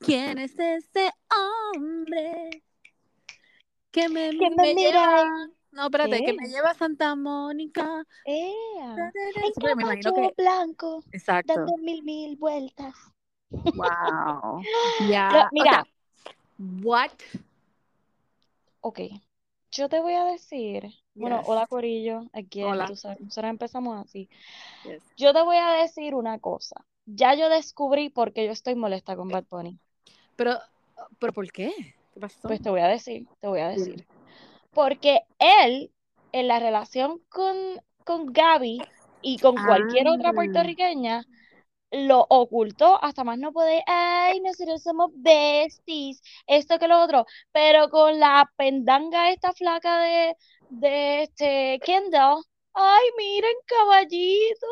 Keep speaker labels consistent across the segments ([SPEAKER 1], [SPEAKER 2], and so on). [SPEAKER 1] ¿Quién es ese hombre que me,
[SPEAKER 2] Que
[SPEAKER 1] lleva?
[SPEAKER 2] me mira.
[SPEAKER 1] No, espérate, que
[SPEAKER 2] ¿Qué?
[SPEAKER 1] me lleva a Santa Mónica.
[SPEAKER 2] Eh,
[SPEAKER 1] Sí,
[SPEAKER 2] en
[SPEAKER 1] porque me imagino
[SPEAKER 2] capucho
[SPEAKER 1] que-
[SPEAKER 2] blanco,
[SPEAKER 1] Exacto.
[SPEAKER 2] dando mil mil vueltas.
[SPEAKER 1] Wow. Ya.
[SPEAKER 2] Pero,
[SPEAKER 1] o
[SPEAKER 2] mira.
[SPEAKER 1] sea, what?
[SPEAKER 2] Ok, yo te voy a decir, bueno,
[SPEAKER 1] Yes.
[SPEAKER 2] hola Corillo, aquí
[SPEAKER 1] Hola.
[SPEAKER 2] tú sabes, nosotros empezamos así.
[SPEAKER 1] Yes.
[SPEAKER 2] Yo te voy a decir una cosa. Ya yo descubrí por qué yo estoy molesta con Bad Bunny.
[SPEAKER 1] Pero, pero ¿por qué? ¿Qué pasó?
[SPEAKER 2] Pues te voy a decir, te voy a decir. Porque él, en la relación con, con Gaby y con cualquier otra
[SPEAKER 1] Ah.
[SPEAKER 2] puertorriqueña, lo ocultó hasta más no poder. Ay, nosotros somos besties, esto que lo otro. Pero con la pendanga esta flaca de, de este Kendall. Ay, miren, caballito.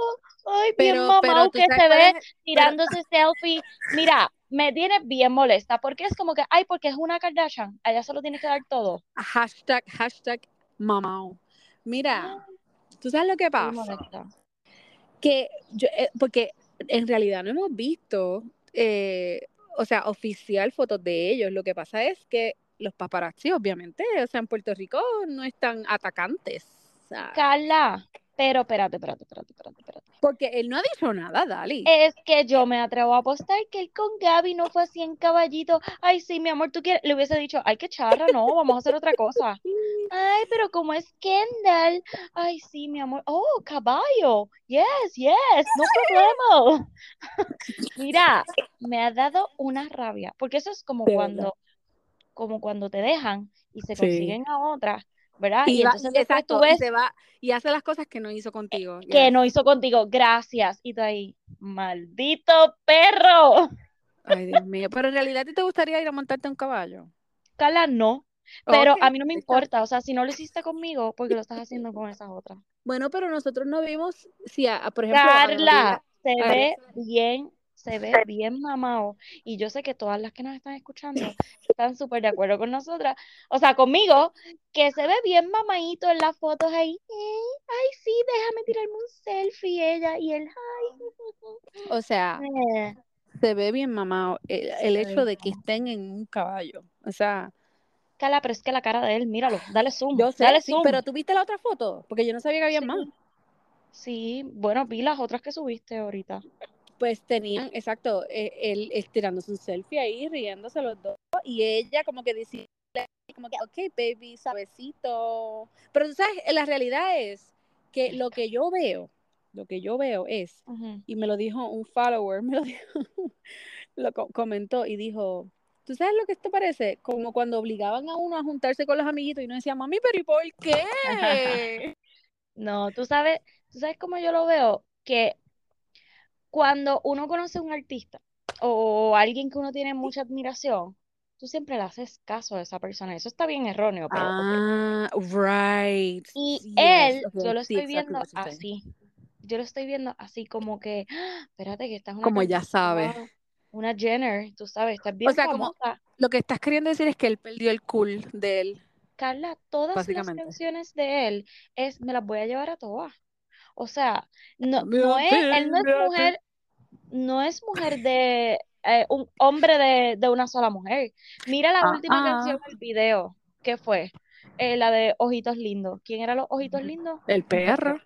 [SPEAKER 2] Ay, bien
[SPEAKER 1] pero, pero
[SPEAKER 2] mamado
[SPEAKER 1] tú
[SPEAKER 2] que
[SPEAKER 1] sabes
[SPEAKER 2] se
[SPEAKER 1] cuál
[SPEAKER 2] ve
[SPEAKER 1] es el-
[SPEAKER 2] tirándose selfie. Mira, me tiene bien molesta porque es como que, ay, porque es una Kardashian, allá se lo tienes que dar todo.
[SPEAKER 1] hashtag, hashtag mamao. Mira, tú sabes lo que
[SPEAKER 2] Ah. Me
[SPEAKER 1] pasa.
[SPEAKER 2] molesta.
[SPEAKER 1] que yo, eh, porque en realidad no hemos visto, eh, o sea, oficial fotos de ellos. Lo que pasa es que los paparazzi, obviamente, o sea, en Puerto Rico no están atacantes. o sea,
[SPEAKER 2] Carla, pero espérate, espérate, espérate, espérate, espérate.
[SPEAKER 1] porque él no ha dicho nada, Dali.
[SPEAKER 2] Es que yo me atrevo a apostar que él con Gaby no fue así en caballito. Ay, sí, mi amor, tú quieres. Le hubiese dicho, ay, qué charra, no, vamos a hacer otra cosa. Ay, pero como es Kendall. Ay, sí, mi amor. Oh, caballo. Yes, yes, no problema. Mira, me ha dado una rabia, porque eso es como
[SPEAKER 1] De verdad.
[SPEAKER 2] cuando, como cuando te dejan y se
[SPEAKER 1] Sí.
[SPEAKER 2] consiguen a otra, ¿verdad?
[SPEAKER 1] Y
[SPEAKER 2] Y
[SPEAKER 1] va-
[SPEAKER 2] entonces después
[SPEAKER 1] exacto,
[SPEAKER 2] tú
[SPEAKER 1] y
[SPEAKER 2] ves Eh,
[SPEAKER 1] se va y hace las cosas que no hizo contigo.
[SPEAKER 2] que
[SPEAKER 1] yes.
[SPEAKER 2] no hizo contigo, gracias, y tú ahí, maldito perro.
[SPEAKER 1] Ay, Dios mío. Pero en realidad, ¿a ti te gustaría ir a montarte a un caballo?
[SPEAKER 2] Carla, no, pero
[SPEAKER 1] Ok,
[SPEAKER 2] a mí no me
[SPEAKER 1] está
[SPEAKER 2] importa, o sea, si no lo hiciste conmigo, porque lo estás haciendo con esas otras.
[SPEAKER 1] Bueno, pero nosotros no vimos si, a- a- por ejemplo, a
[SPEAKER 2] Carla, se
[SPEAKER 1] Gabriela-
[SPEAKER 2] ve bien, se ve bien mamado. Y yo sé que todas las que nos están escuchando están súper de acuerdo con nosotras, o sea, conmigo, que se ve bien mamadito en las fotos ahí. "Eh, ay, sí, déjame tirarme un selfie ella y él, ay.
[SPEAKER 1] Gabriela, o sea,
[SPEAKER 2] Eh,
[SPEAKER 1] se ve bien mamado el, el
[SPEAKER 2] Se ve
[SPEAKER 1] hecho de
[SPEAKER 2] bien
[SPEAKER 1] que estén en un caballo. O sea,
[SPEAKER 2] Carla, pero es que la cara de él, míralo, dale zoom,
[SPEAKER 1] yo sé,
[SPEAKER 2] Mm, dale
[SPEAKER 1] sí,
[SPEAKER 2] zoom.
[SPEAKER 1] pero tú viste la otra foto, porque yo no sabía que había
[SPEAKER 2] Sí.
[SPEAKER 1] más.
[SPEAKER 2] Sí, bueno, vi las otras que subiste ahorita.
[SPEAKER 1] Pues tenían, exacto, eh, él estirándose un selfie ahí, riéndose los dos, y ella como que dice, como que, ok, baby, sabecito. Pero tú sabes, la realidad es que lo que yo veo, lo que yo veo es
[SPEAKER 2] Ujú.
[SPEAKER 1] y me lo dijo un follower, me lo dijo, lo co- comentó y dijo, ¿tú sabes lo que esto parece? Como cuando obligaban a uno a juntarse con los amiguitos y uno decía, mami, pero ¿y por qué?
[SPEAKER 2] No, tú sabes, tú sabes cómo yo lo veo, que cuando uno conoce a un artista o alguien que uno tiene mucha admiración, tú siempre le haces caso a esa persona. Eso está bien erróneo, pero ok.
[SPEAKER 1] ah, right.
[SPEAKER 2] Y
[SPEAKER 1] Yes,
[SPEAKER 2] él,
[SPEAKER 1] okay,
[SPEAKER 2] yo lo
[SPEAKER 1] sí,
[SPEAKER 2] estoy
[SPEAKER 1] exactly
[SPEAKER 2] viendo
[SPEAKER 1] what you're saying.
[SPEAKER 2] así. Yo lo estoy viendo así como que, "Ah, espérate, que esta es una
[SPEAKER 1] Como ya sabe.
[SPEAKER 2] Kardashian, una Jenner, tú sabes, estás bien
[SPEAKER 1] sea, como-
[SPEAKER 2] famosa.
[SPEAKER 1] Lo que estás queriendo decir es que él perdió el cool de él.
[SPEAKER 2] Carla, todas las
[SPEAKER 1] Básicamente.
[SPEAKER 2] canciones de él es, me las voy a llevar a todas. O sea, no,
[SPEAKER 1] Me
[SPEAKER 2] no
[SPEAKER 1] va a
[SPEAKER 2] es, él no es
[SPEAKER 1] pegar.
[SPEAKER 2] mujer, no es mujer de eh, un hombre de, de una sola mujer. Mira la
[SPEAKER 1] Ah,
[SPEAKER 2] última
[SPEAKER 1] ah.
[SPEAKER 2] canción del video, que fue Eh, la de Ojitos Lindos. ¿Quién eran los Ojitos Lindos?
[SPEAKER 1] El perro.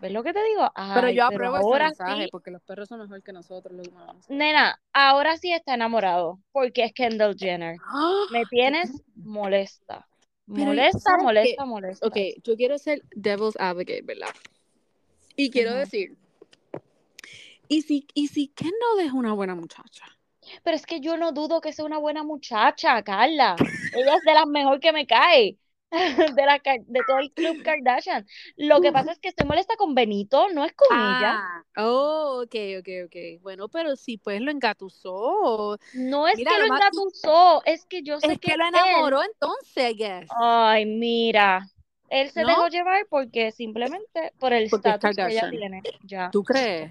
[SPEAKER 2] ¿Ves lo que te digo?
[SPEAKER 1] Pero
[SPEAKER 2] Ay,
[SPEAKER 1] yo
[SPEAKER 2] pero
[SPEAKER 1] apruebo ese
[SPEAKER 2] ahora
[SPEAKER 1] mensaje
[SPEAKER 2] sí, Mm.
[SPEAKER 1] porque los perros son mejor que nosotros, los humanos.
[SPEAKER 2] nena, ahora sí está enamorado, porque es Kendall Jenner.
[SPEAKER 1] ¡Ah!
[SPEAKER 2] Me tienes molesta.
[SPEAKER 1] Pero,
[SPEAKER 2] Molesta,
[SPEAKER 1] ¿sabes
[SPEAKER 2] molesta,
[SPEAKER 1] qué?
[SPEAKER 2] molesta.
[SPEAKER 1] Ok, yo quiero ser devil's advocate, ¿verdad? Y quiero
[SPEAKER 2] Ujú.
[SPEAKER 1] decir, ¿y si, ¿y si Kendall es una buena muchacha?
[SPEAKER 2] Pero es que yo no dudo que sea una buena muchacha, Carla. Ella es de las mejor que me cae. De, la, Ka- de todo el club Kardashian. Lo que pasa es que estoy molesta con Benito, no es con
[SPEAKER 1] Ah,
[SPEAKER 2] ella.
[SPEAKER 1] Oh, ok, ok, ok. Bueno, pero si pues lo engatusó.
[SPEAKER 2] No es
[SPEAKER 1] Mira,
[SPEAKER 2] que
[SPEAKER 1] lo
[SPEAKER 2] lo
[SPEAKER 1] más-
[SPEAKER 2] engatusó, es que Oh, yo sé
[SPEAKER 1] Es que
[SPEAKER 2] él.
[SPEAKER 1] lo enamoró entonces, I guess.
[SPEAKER 2] Ay, mira. Él se
[SPEAKER 1] ¿No?
[SPEAKER 2] dejó llevar porque simplemente por el
[SPEAKER 1] Porque es
[SPEAKER 2] estatus que ella
[SPEAKER 1] Kardashian.
[SPEAKER 2] tiene. Ya.
[SPEAKER 1] ¿Tú crees?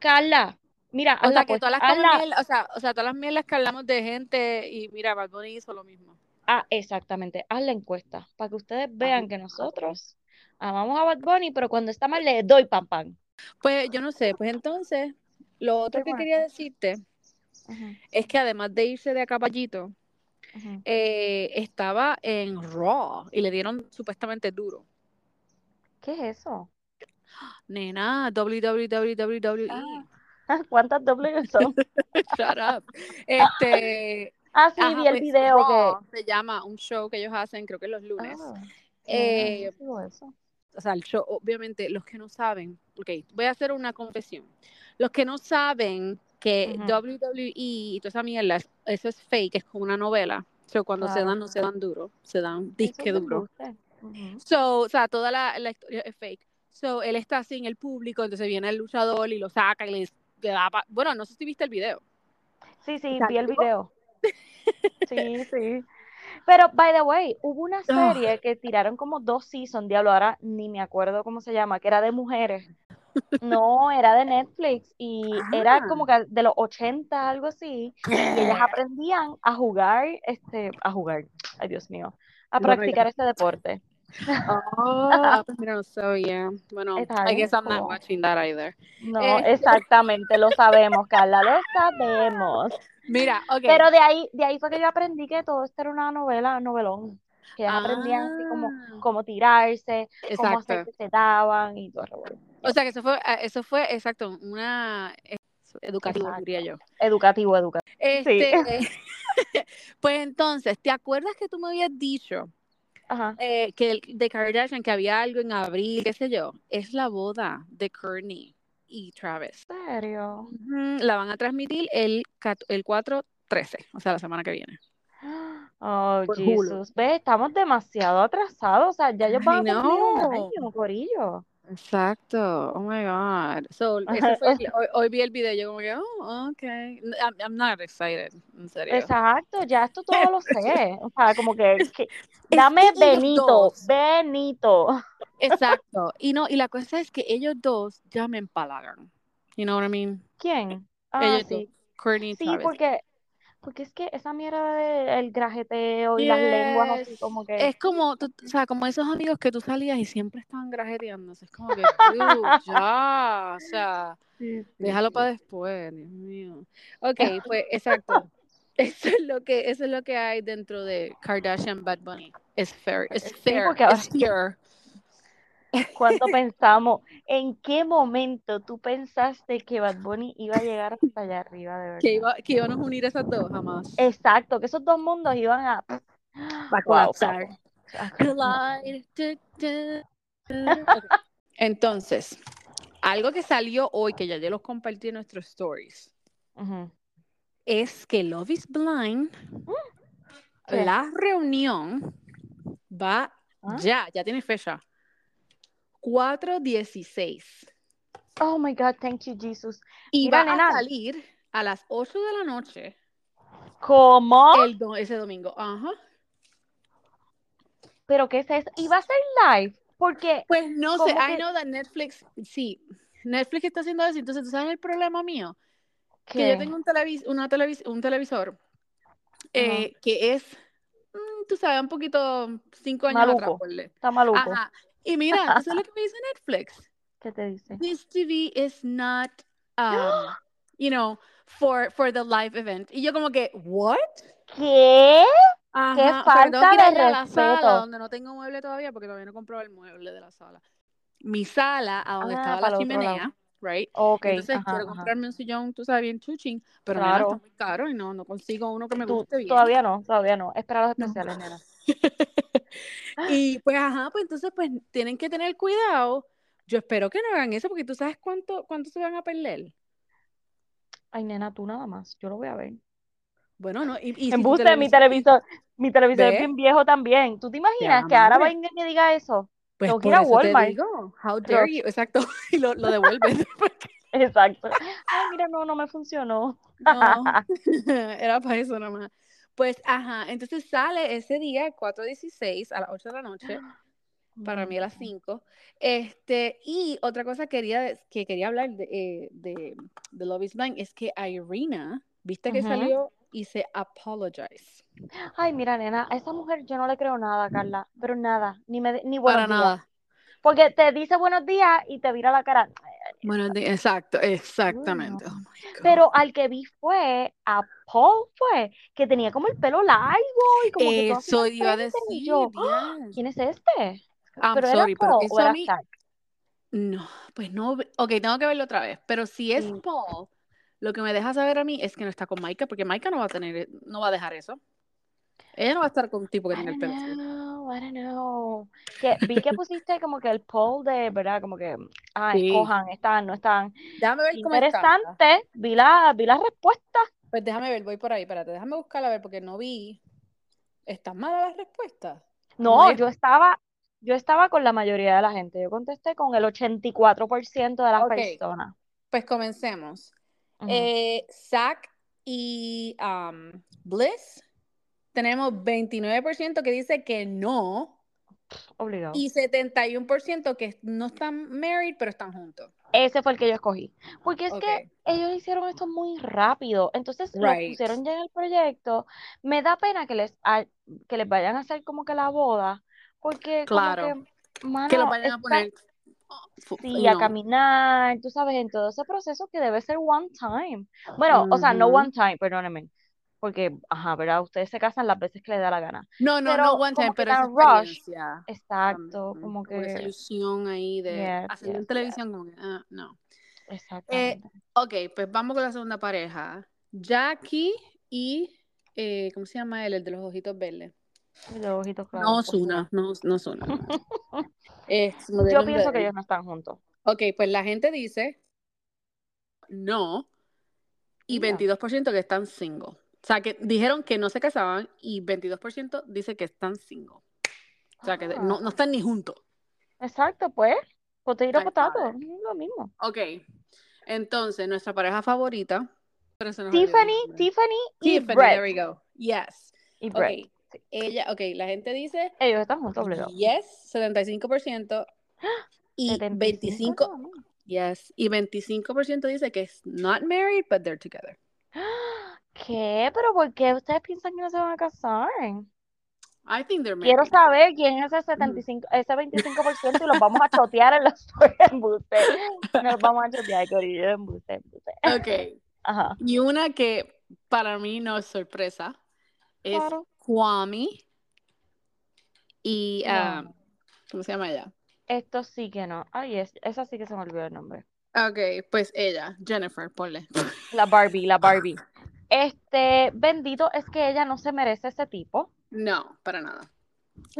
[SPEAKER 2] Carla, mira, pues,
[SPEAKER 1] O
[SPEAKER 2] haz la
[SPEAKER 1] sea, que
[SPEAKER 2] apuesta.
[SPEAKER 1] todas las
[SPEAKER 2] Haz la-
[SPEAKER 1] mierdas, o sea, o sea, todas las mierdas que hablamos de gente y mira, Bad Bunny hizo lo mismo.
[SPEAKER 2] Ah, exactamente, haz la encuesta para que ustedes vean que
[SPEAKER 1] Bad Bunny.
[SPEAKER 2] nosotros amamos a Bad Bunny, pero cuando está mal le doy pan pan.
[SPEAKER 1] Pues yo no sé, pues entonces, lo otro que
[SPEAKER 2] Bueno.
[SPEAKER 1] quería decirte
[SPEAKER 2] Ajá,
[SPEAKER 1] es que además de irse de a caballito,
[SPEAKER 2] ajá.
[SPEAKER 1] eh, estaba en Raw y le dieron supuestamente duro.
[SPEAKER 2] ¿Qué es eso?
[SPEAKER 1] Nena, WWE.
[SPEAKER 2] Ah. ¿Cuántas dobles son?
[SPEAKER 1] E, Shut up. Este,
[SPEAKER 2] Ah, sí,
[SPEAKER 1] ajá,
[SPEAKER 2] vi el
[SPEAKER 1] pues,
[SPEAKER 2] video
[SPEAKER 1] Raw se llama un show que ellos hacen, creo que los
[SPEAKER 2] que.
[SPEAKER 1] lunes.
[SPEAKER 2] Ah, sí,
[SPEAKER 1] Eh,
[SPEAKER 2] no digo eso.
[SPEAKER 1] o sea, el show, obviamente, los que no saben, ok, voy a hacer una confesión. Los que no saben que
[SPEAKER 2] Ujú.
[SPEAKER 1] WWE y toda esa mierda, es- eso es fake, es como una novela. So, cuando se
[SPEAKER 2] Claro.
[SPEAKER 1] dan, no se dan duro, se dan
[SPEAKER 2] Eso
[SPEAKER 1] disque
[SPEAKER 2] es
[SPEAKER 1] duro.
[SPEAKER 2] embuste. Ujú.
[SPEAKER 1] So, o sea, toda la, la historia es fake. So, él está así en el público, entonces viene el luchador y lo saca y le, le da... pa- Bueno, no sé si viste el video.
[SPEAKER 2] Sí, sí,
[SPEAKER 1] sea,
[SPEAKER 2] vi el
[SPEAKER 1] yo-
[SPEAKER 2] video. Sí, sí. Pero, by the way, hubo una
[SPEAKER 1] Ah.
[SPEAKER 2] serie que tiraron como dos seasons, diablo, ahora ni me acuerdo cómo se llama, que era de mujeres. No, era de Netflix y era
[SPEAKER 1] Ah.
[SPEAKER 2] como que de los 80, algo así, y ellas aprendían a jugar, este, a jugar, ay Dios mío, a
[SPEAKER 1] Bueno,
[SPEAKER 2] practicar este deporte.
[SPEAKER 1] Oh, pues mira, no sabía. Bueno,
[SPEAKER 2] Está
[SPEAKER 1] I
[SPEAKER 2] bien,
[SPEAKER 1] guess I'm not
[SPEAKER 2] estuvo-
[SPEAKER 1] watching that either.
[SPEAKER 2] No,
[SPEAKER 1] Este-
[SPEAKER 2] exactamente, lo sabemos, Carla, lo sabemos.
[SPEAKER 1] Mira, ok.
[SPEAKER 2] Pero de ahí, de ahí fue que yo aprendí que todo esto era una novela, novelón. Que ellas aprendían así como,
[SPEAKER 1] Ah,
[SPEAKER 2] cómo tirarse, cómo hacer
[SPEAKER 1] exacto.
[SPEAKER 2] que se daban y todo el revolú.
[SPEAKER 1] O sea que eso fue, eh, eso fue exacto, una eh, educativo,
[SPEAKER 2] Exacto.
[SPEAKER 1] diría yo.
[SPEAKER 2] Educativo, educativo.
[SPEAKER 1] Este, pues entonces, ¿te acuerdas que tú me habías dicho
[SPEAKER 2] Ajá.
[SPEAKER 1] eh, que el- de Kardashian que había algo en abril, qué sé yo? Es la boda de Kourtney y Travis.
[SPEAKER 2] ¿En serio?
[SPEAKER 1] Ujú, La van a transmitir el, cat- el 4-13, o sea, la semana que viene.
[SPEAKER 2] Oh,
[SPEAKER 1] Por Hulu.
[SPEAKER 2] Jesús. Ve, estamos demasiado atrasados. O sea, ya ellos
[SPEAKER 1] I
[SPEAKER 2] van a cumplir un
[SPEAKER 1] know.
[SPEAKER 2] año, Corillo.
[SPEAKER 1] Exacto. Oh my God. So, eso fue.
[SPEAKER 2] O sea,
[SPEAKER 1] Hoy, hoy vi el video y yo, como que, oh, okay. N- I'm, I'm not excited. En serio.
[SPEAKER 2] Exacto, ya esto todo lo sé. O sea, como que, que- dame
[SPEAKER 1] Es que ellos
[SPEAKER 2] Benito,
[SPEAKER 1] dos.
[SPEAKER 2] Benito.
[SPEAKER 1] Exacto. Y no, y la cosa es que ellos dos ya me empalagan. You know what I mean?
[SPEAKER 2] ¿Quién? Ah,
[SPEAKER 1] Ellos dos.
[SPEAKER 2] sí.
[SPEAKER 1] Courtney y
[SPEAKER 2] Sí,
[SPEAKER 1] Travis.
[SPEAKER 2] porque Porque es que esa mierda del grajeteo y las lenguas así
[SPEAKER 1] Yes.
[SPEAKER 2] como que...
[SPEAKER 1] Es como, tú- o sea, como esos amigos que tú salías y siempre estaban grajeteándose. Es como que, dude, ya. O sea.
[SPEAKER 2] Sí, sí,
[SPEAKER 1] Déjalo
[SPEAKER 2] sí.
[SPEAKER 1] para después, Dios mío. Ok, pues exacto. Eso es lo que, eso es lo que hay dentro de Kardashian Bad Bunny. Es fair, es
[SPEAKER 2] Sí,
[SPEAKER 1] fair,
[SPEAKER 2] porque ahora,
[SPEAKER 1] es pure.
[SPEAKER 2] ¿cuánto pensamos? ¿En qué momento tú pensaste que Bad Bunny iba a llegar hasta allá arriba, de
[SPEAKER 1] Que,
[SPEAKER 2] verdad?
[SPEAKER 1] iba, que iban a unir esas dos
[SPEAKER 2] Eh,
[SPEAKER 1] jamás.
[SPEAKER 2] Exacto, que esos dos mundos iban a...
[SPEAKER 1] Para
[SPEAKER 2] Wow,
[SPEAKER 1] colapsar.
[SPEAKER 2] capo. Ah, no.
[SPEAKER 1] Collide, tu, tu, tu. Ok. Entonces, algo que salió hoy, que ya yo los compartí en nuestros stories,
[SPEAKER 2] Ujú.
[SPEAKER 1] es que Love is Blind,
[SPEAKER 2] Ah, ¿Qué?
[SPEAKER 1] la reunión va
[SPEAKER 2] ¿Ah?
[SPEAKER 1] ya, ya tiene fecha. 4.16.
[SPEAKER 2] Oh my God, thank you, Jesus.
[SPEAKER 1] Y
[SPEAKER 2] Mira,
[SPEAKER 1] va a
[SPEAKER 2] nena,
[SPEAKER 1] salir a las 8 de la noche
[SPEAKER 2] ¿cómo?
[SPEAKER 1] el do- ese domingo. Ajá.
[SPEAKER 2] ¿Pero qué es eso? ¿Iba a ser live? Porque,
[SPEAKER 1] Pues no sé,
[SPEAKER 2] como
[SPEAKER 1] I
[SPEAKER 2] que...
[SPEAKER 1] know that Netflix, sí, Netflix está haciendo eso. Entonces, ¿tú sabes el problema mío? Que yo
[SPEAKER 2] ¿Qué?
[SPEAKER 1] tengo un, televis una televis un televisor
[SPEAKER 2] Ajá.
[SPEAKER 1] eh, que es, mm, tú sabes, un poquito cinco años atrás,
[SPEAKER 2] Maluco,
[SPEAKER 1] ponle.
[SPEAKER 2] está maluco.
[SPEAKER 1] Ajá. Y mira, ¿tú sabes lo que me dice Netflix?
[SPEAKER 2] ¿Qué te dice?
[SPEAKER 1] This TV is not, um, you know, for, for the live event. Y yo como que, what?
[SPEAKER 2] ¿Qué? ¡Qué
[SPEAKER 1] Ajá, o sea, que tengo
[SPEAKER 2] falta
[SPEAKER 1] que ir
[SPEAKER 2] de
[SPEAKER 1] allá a la sala
[SPEAKER 2] respeto!
[SPEAKER 1] donde no tengo mueble todavía porque todavía no he comprado el mueble de la sala. Mi sala, a donde
[SPEAKER 2] Ah,
[SPEAKER 1] estaba la
[SPEAKER 2] para el otro lado.
[SPEAKER 1] chimenea, right?
[SPEAKER 2] Ok,
[SPEAKER 1] Entonces
[SPEAKER 2] ajá,
[SPEAKER 1] quiero
[SPEAKER 2] ajá.
[SPEAKER 1] comprarme un sillón, tú sabes, bien chuchín, pero nena, está
[SPEAKER 2] Claro.
[SPEAKER 1] muy caro y no, no consigo uno que me
[SPEAKER 2] Tú,
[SPEAKER 1] guste bien.
[SPEAKER 2] todavía no, todavía no. Espera los
[SPEAKER 1] No.
[SPEAKER 2] especiales, nena.
[SPEAKER 1] Y pues, ajá, pues entonces, pues tienen que tener cuidado. Yo espero que no hagan eso porque tú sabes cuánto, cuánto se van a perder.
[SPEAKER 2] Ay, nena, tú nada más. Yo lo voy a ver.
[SPEAKER 1] Bueno, no, y, y si tu
[SPEAKER 2] Embuste, mi
[SPEAKER 1] televisor, y-
[SPEAKER 2] televisor, mi televisor es
[SPEAKER 1] ve,
[SPEAKER 2] bien viejo también. ¿Tú te imaginas
[SPEAKER 1] ya,
[SPEAKER 2] que ahora
[SPEAKER 1] madre.
[SPEAKER 2] venga y me diga eso?
[SPEAKER 1] Pues
[SPEAKER 2] Tengo que ir
[SPEAKER 1] por
[SPEAKER 2] a
[SPEAKER 1] eso te
[SPEAKER 2] Walmart.
[SPEAKER 1] digo, how dare
[SPEAKER 2] Rox.
[SPEAKER 1] you, exacto, y lo, lo devuelves.
[SPEAKER 2] Exacto. Ay, mira, no, no me funcionó.
[SPEAKER 1] No, era para eso nomás. Pues, ajá, entonces sale ese día, 4.16, a las 8 de la noche, para mí a las
[SPEAKER 2] Mira.
[SPEAKER 1] 5. Este, y otra cosa quería, de- que quería hablar de, eh, de, de Love is Blind es que Irina, viste que
[SPEAKER 2] Ujú.
[SPEAKER 1] salió y se apologize.
[SPEAKER 2] Ay, mira, nena, a esa mujer yo no le creo nada, Carla. Pero nada, ni, me, de- ni
[SPEAKER 1] Para
[SPEAKER 2] buenos días.
[SPEAKER 1] nada.
[SPEAKER 2] Porque te dice buenos días y te vira la cara.
[SPEAKER 1] Bueno, de- exacto, exactamente. Oh, my God.
[SPEAKER 2] Pero al que vi fue, a Paul fue, que tenía como el pelo largo y como que todo así
[SPEAKER 1] Eso
[SPEAKER 2] al
[SPEAKER 1] iba a
[SPEAKER 2] frente, y
[SPEAKER 1] decir.
[SPEAKER 2] yo, "Ah,
[SPEAKER 1] diablo.
[SPEAKER 2] ¿quién es este?
[SPEAKER 1] I'm
[SPEAKER 2] ¿Pero era
[SPEAKER 1] sorry, pero
[SPEAKER 2] Paul
[SPEAKER 1] eso
[SPEAKER 2] o
[SPEAKER 1] a
[SPEAKER 2] era
[SPEAKER 1] mí-
[SPEAKER 2] Stark?
[SPEAKER 1] No, pues no. ve- Ok, tengo que verlo otra vez. Pero si es
[SPEAKER 2] Mm.
[SPEAKER 1] Paul, lo que me deja saber a mí es que no está con Maika, porque Maika no va a tener, eh, no va a dejar eso. Ella no va a estar con un tipo que
[SPEAKER 2] I
[SPEAKER 1] tenga Pues, el
[SPEAKER 2] don't
[SPEAKER 1] pelo así.
[SPEAKER 2] know, I don't know. Que vi que pusiste como que el poll de, ¿verdad? Como que, ah,
[SPEAKER 1] Sí.
[SPEAKER 2] escojan, están, no están.
[SPEAKER 1] Déjame ver cómo está.
[SPEAKER 2] Interesante, vi la, vi la respuesta.
[SPEAKER 1] Pues déjame ver, voy por ahí, espérate, déjame buscarla a ver, porque no vi. ¿Están malas las respuestas?
[SPEAKER 2] No,
[SPEAKER 1] No es-
[SPEAKER 2] yo estaba, yo estaba con la mayoría de la gente. Yo contesté con el 84% de las
[SPEAKER 1] Ok.
[SPEAKER 2] personas.
[SPEAKER 1] Pues comencemos.
[SPEAKER 2] Ujú.
[SPEAKER 1] Eh, Zach y um, Bliss, tenemos 29% que dice que no
[SPEAKER 2] Obligado.
[SPEAKER 1] y 71% que no están married, pero están juntos.
[SPEAKER 2] Ese fue el que yo escogí. Porque es que
[SPEAKER 1] Ok.
[SPEAKER 2] ellos hicieron esto muy rápido. Entonces
[SPEAKER 1] Right.
[SPEAKER 2] lo pusieron ya en el proyecto. Me da pena que les, ha- que les vayan a hacer como que la boda. Porque como
[SPEAKER 1] Claro.
[SPEAKER 2] que, mano,
[SPEAKER 1] Que los vayan a
[SPEAKER 2] está-
[SPEAKER 1] poner fu-
[SPEAKER 2] sí,
[SPEAKER 1] you
[SPEAKER 2] a
[SPEAKER 1] know.
[SPEAKER 2] caminar, tú sabes, en todo ese proceso que debe ser one time. Bueno, o sea, no
[SPEAKER 1] Ujú.
[SPEAKER 2] one time, perdónenme. Porque, ajá, ¿verdad? Ustedes se casan las veces que les da la gana.
[SPEAKER 1] No, no,
[SPEAKER 2] Pero
[SPEAKER 1] no one time,
[SPEAKER 2] como que
[SPEAKER 1] pero esa
[SPEAKER 2] tan rush.
[SPEAKER 1] experiencia.
[SPEAKER 2] Exacto,
[SPEAKER 1] Ujú.
[SPEAKER 2] como
[SPEAKER 1] Mm-hmm. Como esa
[SPEAKER 2] que,
[SPEAKER 1] ilusión ahí de
[SPEAKER 2] yes,
[SPEAKER 1] hacerlo en
[SPEAKER 2] yes, yes,
[SPEAKER 1] televisión, como que, ah, no.
[SPEAKER 2] exactamente.
[SPEAKER 1] Ok, pues vamos con la segunda pareja. Jackie y, eh, ¿cómo se llama él? El de los ojitos verdes.
[SPEAKER 2] Y Los ojitos claros,
[SPEAKER 1] No, Suna,
[SPEAKER 2] oscura.
[SPEAKER 1] no, no Suna.
[SPEAKER 2] Yo pienso que ellos no están juntos.
[SPEAKER 1] Ok, pues la gente dice no y
[SPEAKER 2] Mira.
[SPEAKER 1] 22% que están single. O sea, que dijeron que no se casaban y 22% dice que están single. O sea, que no, no
[SPEAKER 2] Ah,
[SPEAKER 1] están ni juntos.
[SPEAKER 2] exacto, pues. Potato,
[SPEAKER 1] Ahí está.
[SPEAKER 2] potato. mm, Lo mismo.
[SPEAKER 1] Ok, entonces nuestra pareja favorita. Pero se nos olvidó el
[SPEAKER 2] Tiffany,
[SPEAKER 1] nombre.
[SPEAKER 2] Tiffany y
[SPEAKER 1] Tiffany,
[SPEAKER 2] Brett.
[SPEAKER 1] there we go. Yes.
[SPEAKER 2] Y Brett.
[SPEAKER 1] Ok, ella, ok, la gente dice
[SPEAKER 2] Ellos están juntos, obligado.
[SPEAKER 1] yes, 75% y
[SPEAKER 2] 75
[SPEAKER 1] 25,
[SPEAKER 2] nada más.
[SPEAKER 1] yes, y 25% dice que es not married, but they're together.
[SPEAKER 2] ¡Ah! ¿Qué? ¿Pero por qué ustedes piensan que no se van a casar?
[SPEAKER 1] I think they're
[SPEAKER 2] Quiero
[SPEAKER 1] married.
[SPEAKER 2] saber quién es ese 75, ese 25% y los vamos a chotear en los embuste. No los vamos a chotear, corillo, embuste, embuste.
[SPEAKER 1] Ok,
[SPEAKER 2] Ajá.
[SPEAKER 1] y una que para mí no es sorpresa es
[SPEAKER 2] Claro.
[SPEAKER 1] Kwame y, ah,
[SPEAKER 2] No,
[SPEAKER 1] ¿cómo se llama ella?
[SPEAKER 2] esto sí que no. Ay, es, esa sí que se me olvidó el nombre.
[SPEAKER 1] Ok, pues ella, Jennifer, ponle.
[SPEAKER 2] La Barbie, la Barbie. Este, bendito es que ella no se merece ese tipo.
[SPEAKER 1] No, para nada.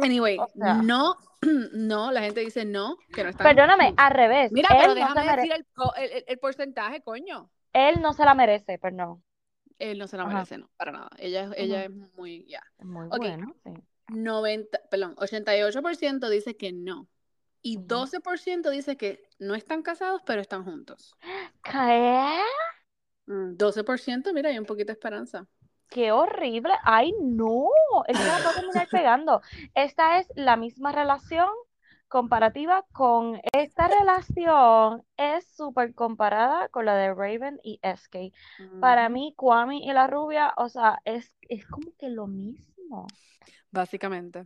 [SPEAKER 1] Anyway,
[SPEAKER 2] O sea,
[SPEAKER 1] no, no, la gente dice no, que no están.
[SPEAKER 2] perdóname, al revés.
[SPEAKER 1] Mira, pero
[SPEAKER 2] Él no se
[SPEAKER 1] déjame
[SPEAKER 2] mere-
[SPEAKER 1] decir el, co- el- el- el porcentaje, coño.
[SPEAKER 2] él no se la merece, perdón.
[SPEAKER 1] Él no se la
[SPEAKER 2] Ajá.
[SPEAKER 1] merece, no, para nada. Ella, es-
[SPEAKER 2] Ujú.
[SPEAKER 1] ella es muy, ya.
[SPEAKER 2] Es Muy
[SPEAKER 1] Ok,
[SPEAKER 2] bueno, sí.
[SPEAKER 1] 90, perdón, 88% dice que no. Y
[SPEAKER 2] Ujú.
[SPEAKER 1] 12% dice que no están casados, pero están juntos.
[SPEAKER 2] ¿Qué?
[SPEAKER 1] Mm, 12%, mira, hay un poquito de esperanza.
[SPEAKER 2] ¡Qué horrible! ¡Ay, no! Es que la puedo terminar pegando. Esta es la misma relación comparativa con... Esta relación es súper comparada con la de Raven y SK. Para
[SPEAKER 1] Ujú.
[SPEAKER 2] mí, Kwame y la rubia, o sea, es, es como que lo mismo.
[SPEAKER 1] Básicamente.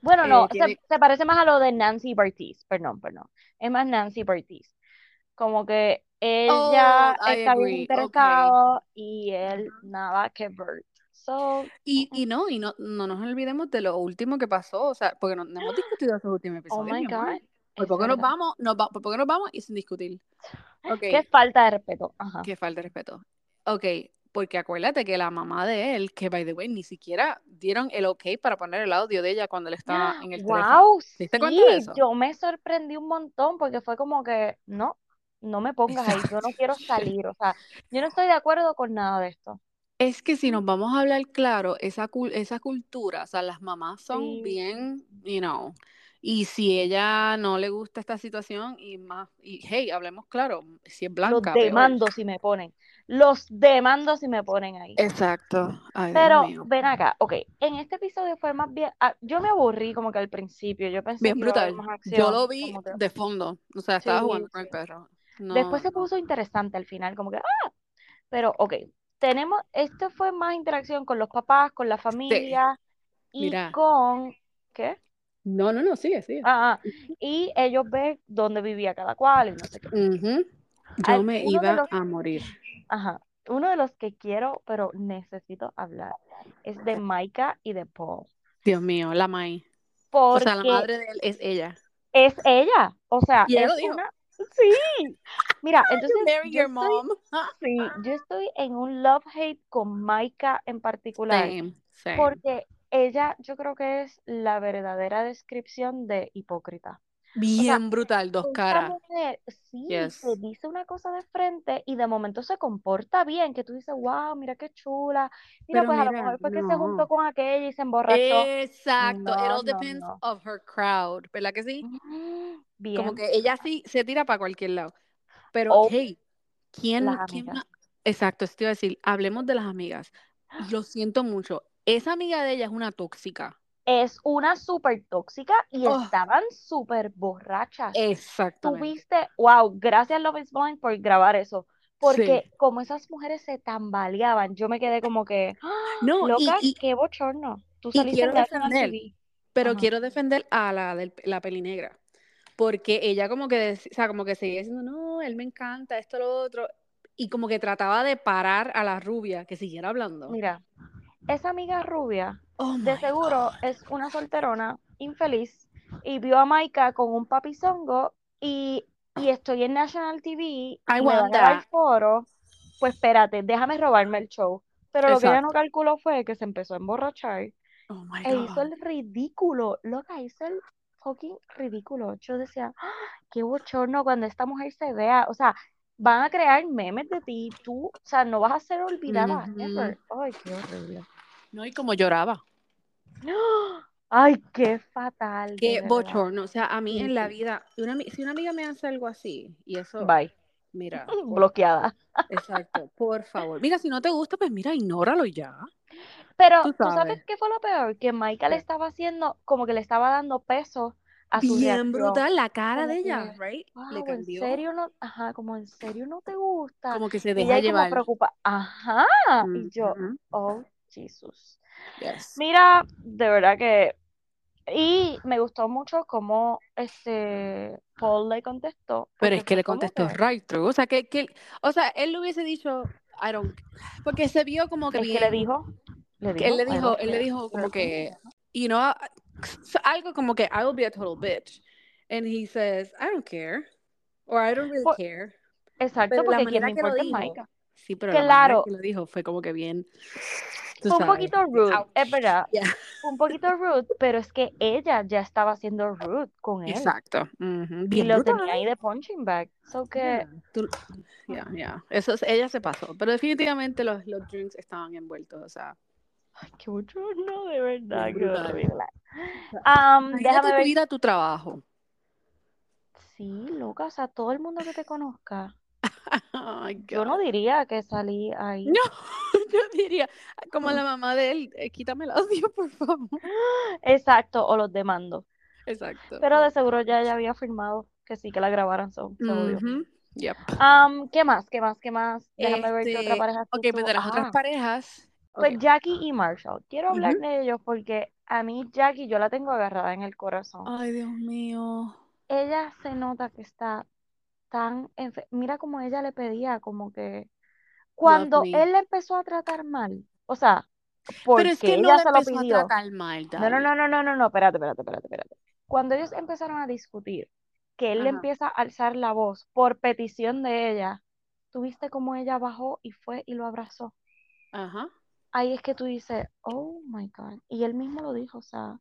[SPEAKER 2] Bueno, no,
[SPEAKER 1] Eh,
[SPEAKER 2] se,
[SPEAKER 1] tiene,
[SPEAKER 2] se parece más a lo de Nancy Bertiz. Perdón, perdón. Es más Nancy Bertiz. Como que
[SPEAKER 1] oh, I
[SPEAKER 2] ella está bien
[SPEAKER 1] agree, ok.
[SPEAKER 2] interesado y él
[SPEAKER 1] Ujú.
[SPEAKER 2] nada que ver. So...
[SPEAKER 1] Y,
[SPEAKER 2] mm,
[SPEAKER 1] y no, y no, no nos olvidemos de lo último que pasó, o sea, porque no, no hemos discutido esos últimos
[SPEAKER 2] Oh
[SPEAKER 1] episodios,
[SPEAKER 2] my
[SPEAKER 1] mi amor.
[SPEAKER 2] God,
[SPEAKER 1] Por
[SPEAKER 2] es
[SPEAKER 1] poco nos
[SPEAKER 2] verdad.
[SPEAKER 1] vamos, nos va- por poco nos vamos y sin discutir. Ok,
[SPEAKER 2] Qué falta de respeto. Ajá.
[SPEAKER 1] qué falta de respeto. Ok, porque acuérdate que la mamá de él, que by the way, ni siquiera dieron el ok para poner el audio de ella cuando él estaba en el teléfono.
[SPEAKER 2] Ah, Wow,
[SPEAKER 1] ¿Te diste cuenta de
[SPEAKER 2] sí,
[SPEAKER 1] eso?
[SPEAKER 2] yo me sorprendí un montón porque fue como que, no, no me pongas ahí, yo
[SPEAKER 1] Exacto.
[SPEAKER 2] no quiero salir, o sea, yo no estoy de acuerdo con nada de esto.
[SPEAKER 1] Es que si nos vamos a hablar claro, esa, cul- esa cultura, o sea, las mamás son
[SPEAKER 2] Sí,
[SPEAKER 1] bien, you know, y si ella no le gusta esta situación y más, y hey, hablemos claro, si es
[SPEAKER 2] los
[SPEAKER 1] blanca, peor.
[SPEAKER 2] demando si me ponen, los demando si me ponen ahí.
[SPEAKER 1] Exacto. Ay, Dios
[SPEAKER 2] Pero
[SPEAKER 1] mío.
[SPEAKER 2] ven acá, ok, en este episodio fue más bien, ah, yo me aburrí como que al principio, yo pensé
[SPEAKER 1] Bien
[SPEAKER 2] que iba a haber
[SPEAKER 1] brutal.
[SPEAKER 2] más
[SPEAKER 1] Yo
[SPEAKER 2] acción,
[SPEAKER 1] lo vi
[SPEAKER 2] como que,
[SPEAKER 1] de fondo, o sea, estaba jugando
[SPEAKER 2] sí,
[SPEAKER 1] con el
[SPEAKER 2] sí.
[SPEAKER 1] perro.
[SPEAKER 2] Después
[SPEAKER 1] No,
[SPEAKER 2] se
[SPEAKER 1] no.
[SPEAKER 2] puso interesante al final, como que, ah, Pero, ok, tenemos, esto fue más interacción con los papás, con la
[SPEAKER 1] Sí,
[SPEAKER 2] familia y
[SPEAKER 1] mira,
[SPEAKER 2] con, ¿qué?
[SPEAKER 1] No, no, no, sigue, sigue.
[SPEAKER 2] Ah, ah, y ellos ven dónde vivía cada cual y no sé qué.
[SPEAKER 1] Ujú. Yo
[SPEAKER 2] Al-
[SPEAKER 1] me
[SPEAKER 2] uno de
[SPEAKER 1] iba
[SPEAKER 2] los-
[SPEAKER 1] a morir.
[SPEAKER 2] Ajá. Uno de los que quiero, pero necesito hablar, es de Maika y de Paul.
[SPEAKER 1] Dios mío, la Mai. O
[SPEAKER 2] Porque
[SPEAKER 1] sea, la madre de él es ella.
[SPEAKER 2] es ella. O sea,
[SPEAKER 1] Y ella
[SPEAKER 2] es
[SPEAKER 1] lo dijo.
[SPEAKER 2] una. Sí. Mira, entonces yo estoy, sí, yo estoy en un love hate con Maika en particular.
[SPEAKER 1] Same, same.
[SPEAKER 2] Porque ella, yo creo que es la verdadera descripción de hipócrita.
[SPEAKER 1] Bien brutal, dos
[SPEAKER 2] Esta
[SPEAKER 1] caras.
[SPEAKER 2] mujer, sí,
[SPEAKER 1] Yes.
[SPEAKER 2] te dice una cosa de frente y de momento se comporta bien, que tú dices, wow, mira qué chula. Mira,
[SPEAKER 1] Pero
[SPEAKER 2] pues a lo
[SPEAKER 1] mira,
[SPEAKER 2] mejor fue que se juntó
[SPEAKER 1] no. Eh,
[SPEAKER 2] con aquella y se emborrachó.
[SPEAKER 1] Exacto. It
[SPEAKER 2] No,
[SPEAKER 1] all
[SPEAKER 2] no,
[SPEAKER 1] depends
[SPEAKER 2] no.
[SPEAKER 1] of her crowd. ¿Verdad que sí?
[SPEAKER 2] Mm,
[SPEAKER 1] Como
[SPEAKER 2] Bien,
[SPEAKER 1] que ella sí se tira para cualquier lado. Pero,
[SPEAKER 2] o
[SPEAKER 1] hey, ¿quién,
[SPEAKER 2] las
[SPEAKER 1] quién
[SPEAKER 2] amigas.
[SPEAKER 1] ma- Exacto, esto iba a decir, hablemos de las amigas. Lo siento mucho. Esa amiga de ella es una tóxica.
[SPEAKER 2] Es una súper tóxica y
[SPEAKER 1] Oh,
[SPEAKER 2] estaban súper borrachas.
[SPEAKER 1] exactamente.
[SPEAKER 2] Tuviste, wow, gracias Love is Blind por grabar eso.
[SPEAKER 1] Sí.
[SPEAKER 2] Porque como esas mujeres se tambaleaban, yo me quedé como que, "Ah,
[SPEAKER 1] No, y,
[SPEAKER 2] loca,
[SPEAKER 1] y,
[SPEAKER 2] qué bochorno. Tú
[SPEAKER 1] y
[SPEAKER 2] saliste
[SPEAKER 1] quiero
[SPEAKER 2] de alguien
[SPEAKER 1] defender,
[SPEAKER 2] TV.
[SPEAKER 1] pero
[SPEAKER 2] Ajá.
[SPEAKER 1] quiero defender a la del- la pelinegra. Porque ella como que, dec- o sea, como que seguía diciendo, no, él me encanta, esto, lo otro. Y como que trataba de parar a la rubia que siguiera hablando.
[SPEAKER 2] Mira, esa amiga rubia
[SPEAKER 1] Oh
[SPEAKER 2] de
[SPEAKER 1] my
[SPEAKER 2] seguro
[SPEAKER 1] God.
[SPEAKER 2] es una solterona infeliz y vio a Maika con un papizongo y, y estoy en National TV
[SPEAKER 1] I
[SPEAKER 2] y me van
[SPEAKER 1] want
[SPEAKER 2] a dar
[SPEAKER 1] that.
[SPEAKER 2] foro, pues espérate, déjame robarme el show. Pero lo que ella no
[SPEAKER 1] Exacto.
[SPEAKER 2] calculó fue que se empezó a emborrachar
[SPEAKER 1] Oh my
[SPEAKER 2] e hizo
[SPEAKER 1] God.
[SPEAKER 2] el ridículo, loca, hizo el fucking ridículo. Yo decía, "Ah, qué bochorno cuando esta mujer se vea, o sea, van a crear memes de ti, tú, o sea, no vas a ser olvidada
[SPEAKER 1] Ujú.
[SPEAKER 2] ever. Ay, qué horrible.
[SPEAKER 1] No, y como lloraba.
[SPEAKER 2] Ay, qué fatal, de
[SPEAKER 1] Qué
[SPEAKER 2] verdad.
[SPEAKER 1] bochorno. O sea, a mí
[SPEAKER 2] Sí,
[SPEAKER 1] en la
[SPEAKER 2] sí.
[SPEAKER 1] vida, una ami- si una amiga me hace algo así, y eso,
[SPEAKER 2] Bye.
[SPEAKER 1] mira, por,
[SPEAKER 2] Bloqueada.
[SPEAKER 1] exacto, por favor. Mira, si no te gusta, pues mira, ignóralo ya.
[SPEAKER 2] Pero
[SPEAKER 1] Tú
[SPEAKER 2] tú sabes
[SPEAKER 1] sabes.
[SPEAKER 2] qué fue lo peor, que Maika le
[SPEAKER 1] ¿Qué?
[SPEAKER 2] estaba haciendo como que le estaba dando peso a su
[SPEAKER 1] Bien
[SPEAKER 2] reacción.
[SPEAKER 1] brutal la cara
[SPEAKER 2] Como
[SPEAKER 1] de ella,
[SPEAKER 2] que,
[SPEAKER 1] right? Le
[SPEAKER 2] wow, en
[SPEAKER 1] cambió.
[SPEAKER 2] serio no, ajá, como en serio no te gusta.
[SPEAKER 1] Como que se
[SPEAKER 2] Y ella
[SPEAKER 1] deja
[SPEAKER 2] ahí como
[SPEAKER 1] llevar.
[SPEAKER 2] preocupa, ajá. Y yo,
[SPEAKER 1] Ujú.
[SPEAKER 2] oh, Jesús.
[SPEAKER 1] Yes.
[SPEAKER 2] Mira, de verdad que Y me gustó mucho cómo este Paul le contestó,
[SPEAKER 1] Pero es que
[SPEAKER 2] porque fue
[SPEAKER 1] le
[SPEAKER 2] como
[SPEAKER 1] contestó
[SPEAKER 2] que,
[SPEAKER 1] right through. O sea, que, que, o sea, él le hubiese dicho, I don't, porque se vio como que
[SPEAKER 2] es que le
[SPEAKER 1] bien.
[SPEAKER 2] dijo, le
[SPEAKER 1] que él
[SPEAKER 2] dijo,
[SPEAKER 1] le
[SPEAKER 2] I don't
[SPEAKER 1] dijo, él le
[SPEAKER 2] care.
[SPEAKER 1] dijo como
[SPEAKER 2] Pero ¿cómo?
[SPEAKER 1] que, you know, I- so- algo como que I will be a total bitch. And he says, I don't care, or I don't really
[SPEAKER 2] Por-
[SPEAKER 1] care.
[SPEAKER 2] exacto,
[SPEAKER 1] Pero la
[SPEAKER 2] porque quien me
[SPEAKER 1] manera que lo
[SPEAKER 2] importa es
[SPEAKER 1] dijo,
[SPEAKER 2] Maika.
[SPEAKER 1] sí, pero la manera
[SPEAKER 2] Claro,
[SPEAKER 1] que lo dijo fue como que bien, tú
[SPEAKER 2] fue un
[SPEAKER 1] sabes.
[SPEAKER 2] poquito rude, es
[SPEAKER 1] Ouch.
[SPEAKER 2] verdad,
[SPEAKER 1] Yeah.
[SPEAKER 2] fue un poquito rude, pero es que ella ya estaba siendo rude con él
[SPEAKER 1] Exacto. Ujú.
[SPEAKER 2] y
[SPEAKER 1] Bien
[SPEAKER 2] lo
[SPEAKER 1] brutal.
[SPEAKER 2] tenía ahí de punching bag. So que,
[SPEAKER 1] Yeah. Tú- yeah, yeah. Eso es- ella se pasó. Pero definitivamente los, los drinks estaban envueltos. O sea,
[SPEAKER 2] ay, qué bochorno, de verdad,
[SPEAKER 1] bien
[SPEAKER 2] qué
[SPEAKER 1] brutal.
[SPEAKER 2] horrible. Am,
[SPEAKER 1] Imagínate
[SPEAKER 2] Um, déjame
[SPEAKER 1] tu
[SPEAKER 2] ver.
[SPEAKER 1] ir a tu trabajo.
[SPEAKER 2] Sí, loca, o sea, todo el mundo que te conozca.
[SPEAKER 1] Oh my
[SPEAKER 2] Yo no
[SPEAKER 1] God.
[SPEAKER 2] diría que salí ahí.
[SPEAKER 1] No, yo diría, como la mamá de él, eh, quítame el audio, por favor.
[SPEAKER 2] Exacto, o los demando.
[SPEAKER 1] Exacto.
[SPEAKER 2] Pero de seguro ya ella había firmado que sí que la grabaran, so, se jodió.
[SPEAKER 1] Ujú, Yep.
[SPEAKER 2] Am, ¿qué más? ¿Qué más? ¿Qué más? Déjame ver qué otra
[SPEAKER 1] Este,
[SPEAKER 2] pareja tú
[SPEAKER 1] ok, pues
[SPEAKER 2] estuvo.
[SPEAKER 1] de las otras
[SPEAKER 2] Ah,
[SPEAKER 1] parejas. Ok.
[SPEAKER 2] pues Jackie y Marshall. Quiero hablar
[SPEAKER 1] Ujú.
[SPEAKER 2] de ellos porque a mí Jackie yo la tengo agarrada en el corazón.
[SPEAKER 1] Ay, Dios mío.
[SPEAKER 2] Ella se nota que está tan enfe- Mira como ella le pedía, como que
[SPEAKER 1] Love
[SPEAKER 2] cuando
[SPEAKER 1] me.
[SPEAKER 2] él la empezó a tratar mal, o sea,
[SPEAKER 1] Pero es
[SPEAKER 2] porque
[SPEAKER 1] que no la
[SPEAKER 2] ella se lo
[SPEAKER 1] empezó a
[SPEAKER 2] pidió.
[SPEAKER 1] tratar mal,
[SPEAKER 2] No, no,
[SPEAKER 1] David.
[SPEAKER 2] no, no, no, no, no, espérate, espérate, espérate, espérate. Cuando ellos empezaron a discutir, que él le
[SPEAKER 1] Ajá.
[SPEAKER 2] empieza a alzar la voz por petición de ella, tuviste cómo ella bajó y fue y lo abrazó.
[SPEAKER 1] Ajá.
[SPEAKER 2] Ahí es que tú dices, oh my God. Y él mismo lo dijo, o sea,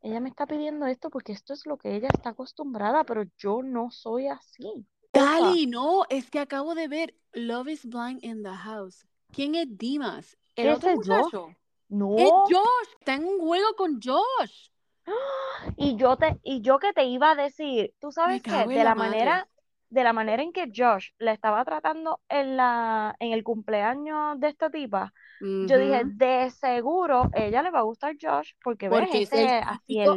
[SPEAKER 2] ella me está pidiendo esto porque esto es lo que ella está acostumbrada, pero yo no soy así. Porfa.
[SPEAKER 1] Dali, no, es que acabo de ver Love is Blind in the House. ¿Quién es Dimas? ¿El otro
[SPEAKER 2] ¿Ese es yo?
[SPEAKER 1] muchacho? Es
[SPEAKER 2] No.
[SPEAKER 1] Josh. Está en un juego con Josh.
[SPEAKER 2] Y yo te, y yo que te iba a decir, tú
[SPEAKER 1] Me
[SPEAKER 2] sabes que
[SPEAKER 1] cago en
[SPEAKER 2] de
[SPEAKER 1] la
[SPEAKER 2] la
[SPEAKER 1] madre.
[SPEAKER 2] manera, de la manera en que Josh la estaba tratando en la, en el cumpleaños de esta tipa, yo dije,
[SPEAKER 1] Ujú.
[SPEAKER 2] de seguro ella le va a gustar Josh, porque ves,
[SPEAKER 1] Porque es el
[SPEAKER 2] este es así
[SPEAKER 1] típico,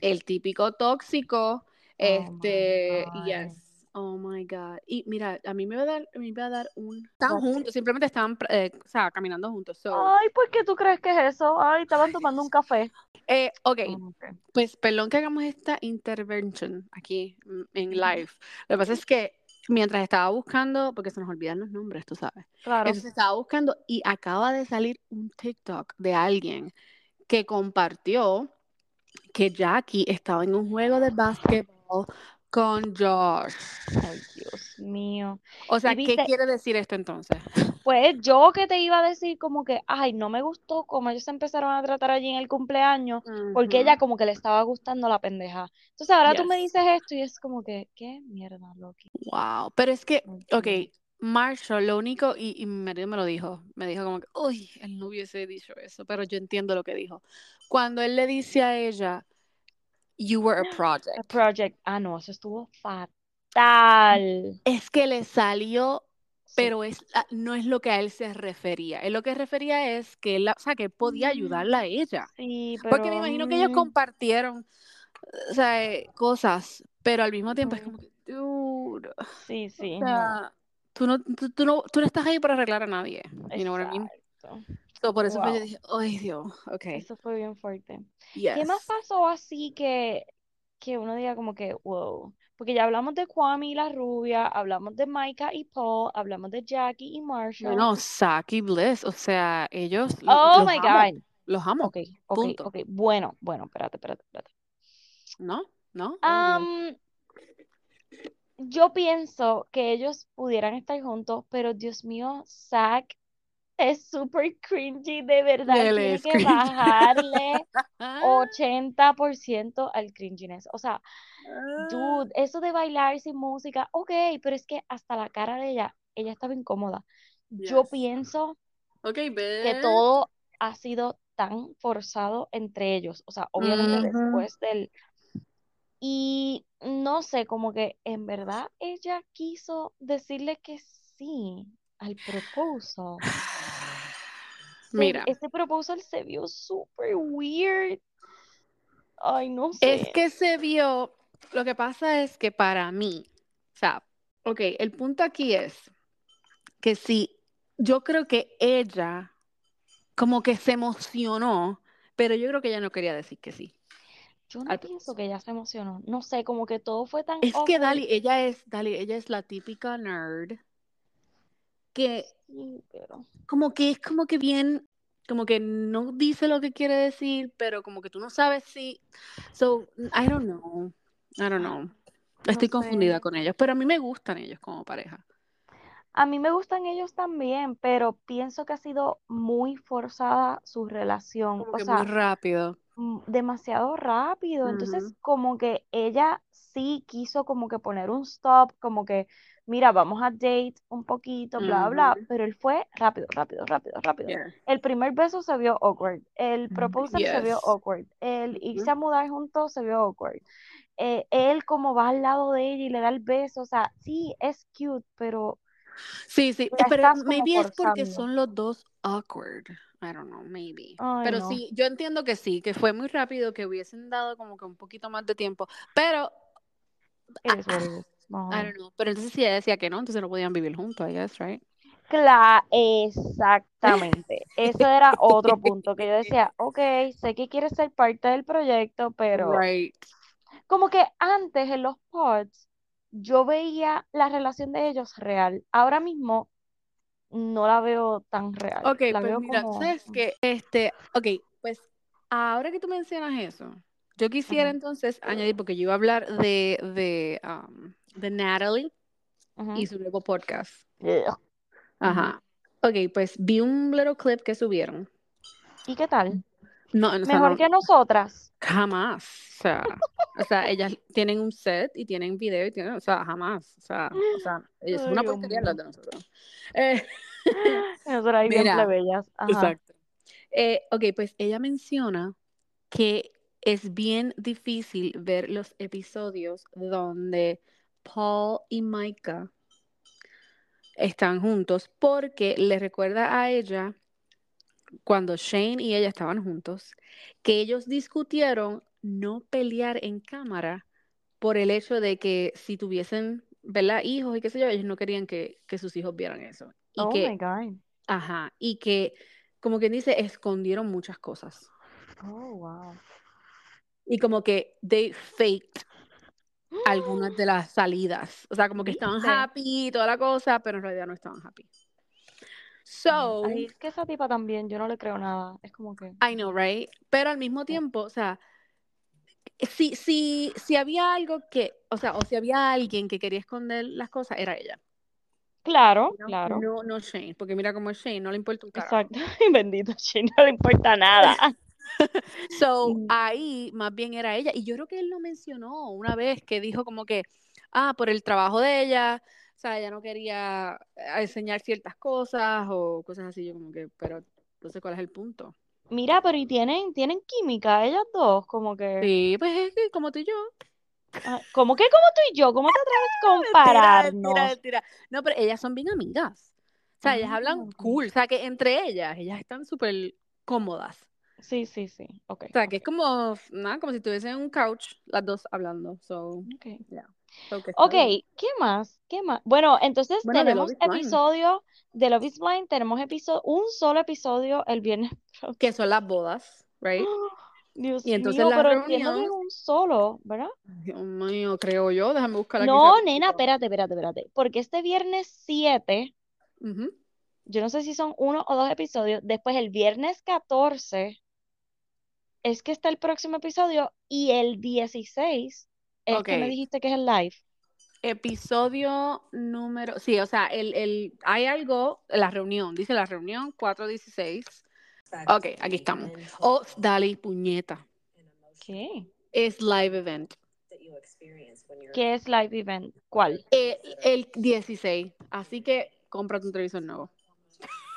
[SPEAKER 2] el,
[SPEAKER 1] el típico tóxico,
[SPEAKER 2] oh my
[SPEAKER 1] este,
[SPEAKER 2] God.
[SPEAKER 1] yes. Oh my God. Y mira, a mí me va a dar, a mí me va a dar un. Estaban
[SPEAKER 2] Están
[SPEAKER 1] juntos, simplemente estaban, eh, o sea, caminando juntos. So,
[SPEAKER 2] Ay, pues ¿qué tú crees que es eso? Ay, estaban tomando un café.
[SPEAKER 1] eh, ok,
[SPEAKER 2] Ok.
[SPEAKER 1] pues perdón que hagamos esta intervention aquí mm, en live. Lo que pasa es que mientras estaba buscando, porque se nos olvidan los nombres, tú sabes.
[SPEAKER 2] Claro.
[SPEAKER 1] Entonces estaba buscando y acaba de salir un TikTok de alguien que compartió que Jackie estaba en un juego de básquetbol con Josh.
[SPEAKER 2] Ay, Dios mío.
[SPEAKER 1] O sea,
[SPEAKER 2] Y
[SPEAKER 1] ¿qué
[SPEAKER 2] viste-
[SPEAKER 1] quiere decir esto entonces?
[SPEAKER 2] Pues yo que te iba a decir como que, ay, no me gustó cómo ellos se empezaron a tratar allí en el cumpleaños, porque ella como que le estaba gustando la pendeja. Entonces ahora tú me
[SPEAKER 1] Yes.
[SPEAKER 2] dices esto y es como que, ¿qué mierda, Loki?
[SPEAKER 1] Wow, pero es que,
[SPEAKER 2] Ujú.
[SPEAKER 1] ok, Marshall, lo único, y, y mi marido me lo dijo, me dijo como que, uy, él no hubiese dicho eso, pero yo entiendo lo que dijo. Cuando él le dice a ella, you were a
[SPEAKER 2] A
[SPEAKER 1] project,
[SPEAKER 2] Project, ah, no, eso estuvo fatal.
[SPEAKER 1] es que le salió
[SPEAKER 2] Sí.
[SPEAKER 1] pero es, ah, no es lo que a él se refería. Él lo que refería es que él, la- o sea, que él podía
[SPEAKER 2] Mm,
[SPEAKER 1] ayudarla a ella.
[SPEAKER 2] Sí,
[SPEAKER 1] Porque me
[SPEAKER 2] pero,
[SPEAKER 1] imagino que ellos
[SPEAKER 2] mm,
[SPEAKER 1] compartieron, o sea, eh, cosas, pero al mismo tiempo es
[SPEAKER 2] Ujú.
[SPEAKER 1] como que, dude, o
[SPEAKER 2] sí, sí, no.
[SPEAKER 1] sea, tú no, tú, tú no, tú no estás ahí para arreglar a nadie. You know what I mean?
[SPEAKER 2] Exacto.
[SPEAKER 1] So, por eso fue yo
[SPEAKER 2] Wow,
[SPEAKER 1] dije, ay, Dios, ok,
[SPEAKER 2] eso fue bien fuerte. ¿Qué más
[SPEAKER 1] yes.
[SPEAKER 2] pasó así que, que uno diga como que, wow? Porque ya hablamos de Kwame y la rubia, hablamos de Micah y Paul, hablamos de Jackie y Marshall.
[SPEAKER 1] Bueno, Saki Bliss, o sea, ellos lo-
[SPEAKER 2] Oh
[SPEAKER 1] los
[SPEAKER 2] my
[SPEAKER 1] amo,
[SPEAKER 2] God.
[SPEAKER 1] los amo,
[SPEAKER 2] Ok, ok,
[SPEAKER 1] punto,
[SPEAKER 2] ok. Bueno, bueno, espérate, espérate, espérate.
[SPEAKER 1] ¿no? ¿No? Oh, Dios.
[SPEAKER 2] Am, Um, yo pienso que ellos pudieran estar juntos, pero Dios mío, Zach es súper cringy, de verdad. Él
[SPEAKER 1] Él
[SPEAKER 2] tiene
[SPEAKER 1] es
[SPEAKER 2] que
[SPEAKER 1] cringe.
[SPEAKER 2] bajarle Um, oh,
[SPEAKER 1] Ah.
[SPEAKER 2] 80% al cringiness. O sea,
[SPEAKER 1] Ah,
[SPEAKER 2] Dude, eso de bailar sin música, ok, pero es que hasta la cara de ella, ella estaba incómoda. Yo
[SPEAKER 1] Yes.
[SPEAKER 2] pienso
[SPEAKER 1] Okay,
[SPEAKER 2] que
[SPEAKER 1] bitch.
[SPEAKER 2] todo ha sido tan forzado entre ellos, o sea, obviamente
[SPEAKER 1] Ujú.
[SPEAKER 2] después del... Y no sé, como que en verdad ella quiso decirle que sí al proposal. Se-
[SPEAKER 1] Mira,
[SPEAKER 2] ese proposal se vio súper weird. Ay, no
[SPEAKER 1] es
[SPEAKER 2] sé.
[SPEAKER 1] que se vio, lo que pasa es que para mí, o sea, ok, el punto aquí es que sí, yo creo que ella como que se emocionó, pero yo creo que ella no quería decir que sí.
[SPEAKER 2] Yo
[SPEAKER 1] al
[SPEAKER 2] no pienso
[SPEAKER 1] proposal.
[SPEAKER 2] que ella se emocionó. No sé, como que todo fue tan
[SPEAKER 1] Es que
[SPEAKER 2] awkward.
[SPEAKER 1] Dali, ella es, Dali, ella es la típica nerd que
[SPEAKER 2] Sí, pero...
[SPEAKER 1] como que es como que bien, como que no dice lo que quiere decir, pero como que tú no sabes si. So, I don't know. I don't know.
[SPEAKER 2] No
[SPEAKER 1] Estoy
[SPEAKER 2] sé.
[SPEAKER 1] confundida con ellos, pero a mí me gustan ellos como pareja.
[SPEAKER 2] A mí me gustan ellos también, pero pienso que ha sido muy forzada su relación.
[SPEAKER 1] Como
[SPEAKER 2] O
[SPEAKER 1] que muy
[SPEAKER 2] sea,
[SPEAKER 1] rápido.
[SPEAKER 2] mm, demasiado rápido. Entonces,
[SPEAKER 1] Ujú.
[SPEAKER 2] como que ella sí quiso como que poner un stop, como que, mira, vamos a date un poquito, bla,
[SPEAKER 1] Ujú.
[SPEAKER 2] bla, pero él fue rápido, rápido, rápido, rápido.
[SPEAKER 1] Yeah. Mm,
[SPEAKER 2] El primer beso se vio awkward, el proposal se vio
[SPEAKER 1] Yes.
[SPEAKER 2] awkward, el irse
[SPEAKER 1] Ujú.
[SPEAKER 2] a mudar juntos se vio awkward. eh, él como va al lado de ella y le da el beso, o sea, sí, es cute, pero
[SPEAKER 1] Sí, sí, eh,
[SPEAKER 2] la
[SPEAKER 1] pero
[SPEAKER 2] estás como
[SPEAKER 1] maybe es porque
[SPEAKER 2] forzando.
[SPEAKER 1] son los dos awkward. I don't know, maybe.
[SPEAKER 2] Ay,
[SPEAKER 1] Pero
[SPEAKER 2] no.
[SPEAKER 1] sí, yo entiendo que sí, que fue muy rápido, que hubiesen dado como que un poquito más de tiempo, pero
[SPEAKER 2] Eres what it is. Vamos a
[SPEAKER 1] Ah, I
[SPEAKER 2] ver.
[SPEAKER 1] don't know. Pero entonces si ella decía que no, entonces no podían vivir juntos, I guess, right?
[SPEAKER 2] Cla- exactamente. Ese era otro punto que yo decía, ok, sé que quieres ser parte del proyecto, pero
[SPEAKER 1] Right.
[SPEAKER 2] como que antes en los pods yo veía la relación de ellos real. Ahora mismo no la veo tan real.
[SPEAKER 1] Ok,
[SPEAKER 2] La
[SPEAKER 1] pues
[SPEAKER 2] veo
[SPEAKER 1] mira, tú
[SPEAKER 2] como...
[SPEAKER 1] sabes que, este, ok, pues ahora que tú mencionas eso, yo quisiera
[SPEAKER 2] Ujú,
[SPEAKER 1] entonces añadir, porque yo iba a hablar de, de, um, de Natalie
[SPEAKER 2] ujú.
[SPEAKER 1] y su nuevo podcast.
[SPEAKER 2] Ugh. Ujú.
[SPEAKER 1] Ajá. Ok, pues vi un little clip que subieron.
[SPEAKER 2] ¿Y qué tal?
[SPEAKER 1] No, o sea,
[SPEAKER 2] Mejor
[SPEAKER 1] no,
[SPEAKER 2] que nosotras.
[SPEAKER 1] jamás. O sea, o sea, ellas tienen un set y tienen video y tienen, o sea, jamás. O sea, o sea, es
[SPEAKER 2] Ay,
[SPEAKER 1] una
[SPEAKER 2] Dios
[SPEAKER 1] porquería las
[SPEAKER 2] mío.
[SPEAKER 1] de nosotros. Eh,
[SPEAKER 2] Y Nosotras ahí bien
[SPEAKER 1] Mira,
[SPEAKER 2] plebeyas. Ajá.
[SPEAKER 1] exacto. Eh, ok, pues ella menciona que es bien difícil ver los episodios donde Paul y Micah están juntos porque le recuerda a ella cuando Shane y ella estaban juntos que ellos discutieron no pelear en cámara por el hecho de que si tuviesen ¿verdad? Hijos y qué sé yo, ellos no querían que, que sus hijos vieran eso. Y
[SPEAKER 2] Oh
[SPEAKER 1] que,
[SPEAKER 2] my God.
[SPEAKER 1] ajá, y que, como quien dice, escondieron muchas cosas.
[SPEAKER 2] Oh, wow.
[SPEAKER 1] Y como que they faked algunas de las salidas. O sea, como que estaban
[SPEAKER 2] ¿Viste?
[SPEAKER 1] happy y toda la cosa, pero en realidad no estaban happy. So,
[SPEAKER 2] Ay, es que esa tipa también, yo no le creo nada. Es como que.
[SPEAKER 1] I know, right? Pero al mismo tiempo, o sea, si, si, si había algo que, o sea, o si había alguien que quería esconder las cosas, era ella.
[SPEAKER 2] Claro,
[SPEAKER 1] No,
[SPEAKER 2] claro.
[SPEAKER 1] no, no Shane, porque mira cómo es Shane, no le importa un carajo.
[SPEAKER 2] Exacto. Bendito Shane, no le importa nada.
[SPEAKER 1] So,
[SPEAKER 2] Mm.
[SPEAKER 1] ahí más bien era ella. Y yo creo que él lo mencionó una vez que dijo como que, ah, por el trabajo de ella, o sea, ella no quería eh, enseñar ciertas cosas o cosas así. Yo como que, pero entonces, ¿cuál es el punto?
[SPEAKER 2] Mira, pero y tienen, tienen química ellas dos, como que.
[SPEAKER 1] Sí, pues es que como tú y yo.
[SPEAKER 2] ah, ¿Cómo que como tú y yo? ¿Cómo te atreves a
[SPEAKER 1] Mentira,
[SPEAKER 2] compararnos?
[SPEAKER 1] mentira, mentira. No, pero ellas son bien amigas. O sea, ellas
[SPEAKER 2] Ah,
[SPEAKER 1] hablan
[SPEAKER 2] ok.
[SPEAKER 1] cool. O sea, que entre ellas, ellas están súper cómodas.
[SPEAKER 2] Sí, sí, sí. Ok,
[SPEAKER 1] O sea, que
[SPEAKER 2] ok,
[SPEAKER 1] es como, nada, como si estuviesen en un couch las dos hablando. So,
[SPEAKER 2] ok.
[SPEAKER 1] so que está
[SPEAKER 2] Ok,
[SPEAKER 1] bien.
[SPEAKER 2] ¿qué más? ¿Qué más? Bueno, entonces
[SPEAKER 1] Bueno, de Love
[SPEAKER 2] tenemos
[SPEAKER 1] is Blind.
[SPEAKER 2] episodio de Love is Blind, tenemos episodio, un solo episodio el viernes
[SPEAKER 1] Que
[SPEAKER 2] próximo.
[SPEAKER 1] son las bodas, right?
[SPEAKER 2] Dios
[SPEAKER 1] Y entonces
[SPEAKER 2] mío,
[SPEAKER 1] la
[SPEAKER 2] pero entiendo que es
[SPEAKER 1] reunión-
[SPEAKER 2] un solo, ¿verdad?
[SPEAKER 1] Dios mío, creo yo. Déjame buscar aquí.
[SPEAKER 2] No,
[SPEAKER 1] rapidito.
[SPEAKER 2] nena, espérate, espérate, espérate. Porque este viernes 7,
[SPEAKER 1] Ujú.
[SPEAKER 2] yo no sé si son uno o dos episodios, después el viernes 14 es que está el próximo episodio y el 16 es que me
[SPEAKER 1] Ok.
[SPEAKER 2] dijiste que es el live.
[SPEAKER 1] Episodio número. Sí, o sea, el, el... hay algo. La reunión, dice la reunión 416. Ok, aquí estamos. Oh, dale, puñeta.
[SPEAKER 2] ¿Qué?
[SPEAKER 1] Es live event.
[SPEAKER 2] ¿Qué es live event? ¿Cuál?
[SPEAKER 1] Eh, el 16. Así que cómprate un televisor nuevo.